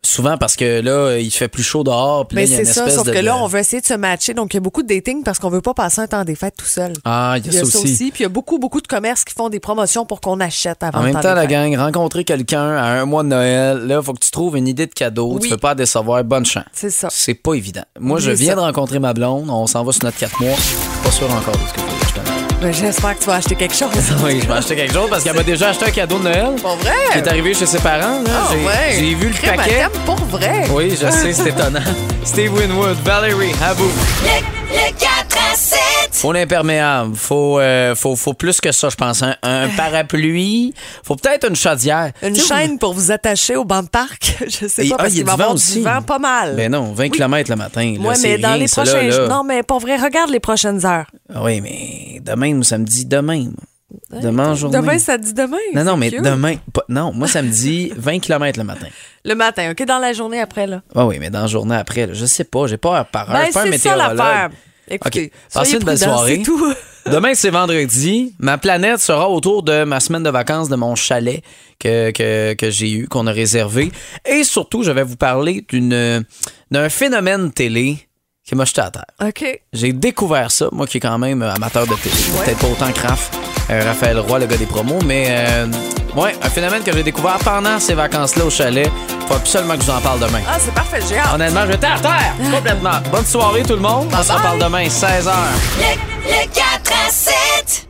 Speaker 2: Souvent parce que là, il fait plus chaud dehors. Puis là,
Speaker 3: Mais
Speaker 2: il y a
Speaker 3: ben, c'est
Speaker 2: une
Speaker 3: ça,
Speaker 2: espèce
Speaker 3: sauf
Speaker 2: de-
Speaker 3: que
Speaker 2: de-
Speaker 3: là, on veut essayer de se matcher. Donc, il y a beaucoup de dating parce qu'on veut pas passer un temps des fêtes tout seul.
Speaker 2: Ah, il y a ça aussi.
Speaker 3: Puis il y a beaucoup, beaucoup de commerces qui font des promotions pour qu'on achète avant
Speaker 2: En
Speaker 3: le
Speaker 2: même
Speaker 3: temps
Speaker 2: temps,
Speaker 3: des
Speaker 2: la
Speaker 3: fêtes.
Speaker 2: gang, rencontrer quelqu'un à un mois de Noël, là, faut que tu trouves une idée de cadeau. Tu
Speaker 3: Oui.
Speaker 2: peux pas la décevoir. Bonne chance.
Speaker 3: C'est ça.
Speaker 2: C'est pas évident. Moi, je
Speaker 3: Oublie
Speaker 2: viens
Speaker 3: ça.
Speaker 2: de rencontrer ma blonde. On s'en va sur notre 4 mois. Je suis pas sûr encore de ce que je veux. acheter.
Speaker 3: Ben, J'espère que tu vas acheter quelque chose.
Speaker 2: Oui, je vais acheter quelque chose parce qu'elle m'a déjà acheté un cadeau de Noël.
Speaker 3: Pas vrai?
Speaker 2: Qui est arrivé chez ses parents. là.
Speaker 3: Ah
Speaker 2: J'ai-
Speaker 3: ouais.
Speaker 2: J'ai vu le
Speaker 3: Crème, elle
Speaker 2: paquet.
Speaker 3: t'aime pour vrai.
Speaker 2: Oui, je sais, c'est étonnant. Steve Winwood, Valerie, à vous.
Speaker 12: Le, le 4 à 7.
Speaker 2: Faut l'imperméable. Faut, euh, faut, faut plus que ça, je pense. Un, un parapluie. Faut peut-être une chaudière.
Speaker 3: Euh. Une
Speaker 2: Tu sais,
Speaker 3: chaîne pour vous attacher au banc de parc. Je sais
Speaker 2: Et-
Speaker 3: pas,
Speaker 2: ah,
Speaker 3: parce
Speaker 2: il y a
Speaker 3: qu'il va
Speaker 2: du
Speaker 3: y avoir
Speaker 2: vent aussi.
Speaker 3: du vent pas mal.
Speaker 2: Ben non, 20 km le matin. là,
Speaker 3: Ouais,
Speaker 2: c'est
Speaker 3: mais dans
Speaker 2: rien,
Speaker 3: les
Speaker 2: ça, là,
Speaker 3: prochains.
Speaker 2: là.
Speaker 3: Non, mais pour vrai, regarde les prochaines heures.
Speaker 2: Ah Oui, mais demain ou samedi, demain. moi. Demain en journée.
Speaker 3: Demain, ça dit demain.
Speaker 2: Non, non,
Speaker 3: c'est
Speaker 2: mais
Speaker 3: cute.
Speaker 2: demain. pas- non, moi, samedi, 20 km le matin.
Speaker 3: Le matin, OK, dans la journée après, là.
Speaker 2: Ah oui, mais dans la journée après, là, je sais pas, j'ai pas heure par heure.
Speaker 3: Ben,
Speaker 2: je suis pas un
Speaker 3: c'est ça
Speaker 2: météorologue.
Speaker 3: l'affaire. Écoutez,
Speaker 2: OK, passez
Speaker 3: soyez
Speaker 2: une belle
Speaker 3: prudents,
Speaker 2: soirée.
Speaker 3: c'est tout.
Speaker 2: Demain, c'est vendredi. Ma planète sera autour de ma semaine de vacances de mon chalet que, que, que j'ai eu, qu'on a réservé. Et surtout, je vais vous parler d'une d'un phénomène télé qui m'a jeté à terre.
Speaker 3: OK.
Speaker 2: J'ai découvert ça, moi qui est quand même euh, amateur de télé. Peut-être pas autant que Raph, euh, Raphaël Roy, le gars des promos, mais euh, ouais, un phénomène que j'ai découvert pendant ces vacances-là au chalet. Faut absolument que je vous en parle demain.
Speaker 3: Ah, c'est parfait, j'ai hâte.
Speaker 2: Honnêtement, je vais à terre complètement. Bonne soirée tout le monde. On se reparle demain, 16h.
Speaker 12: Le, le 4 à 7.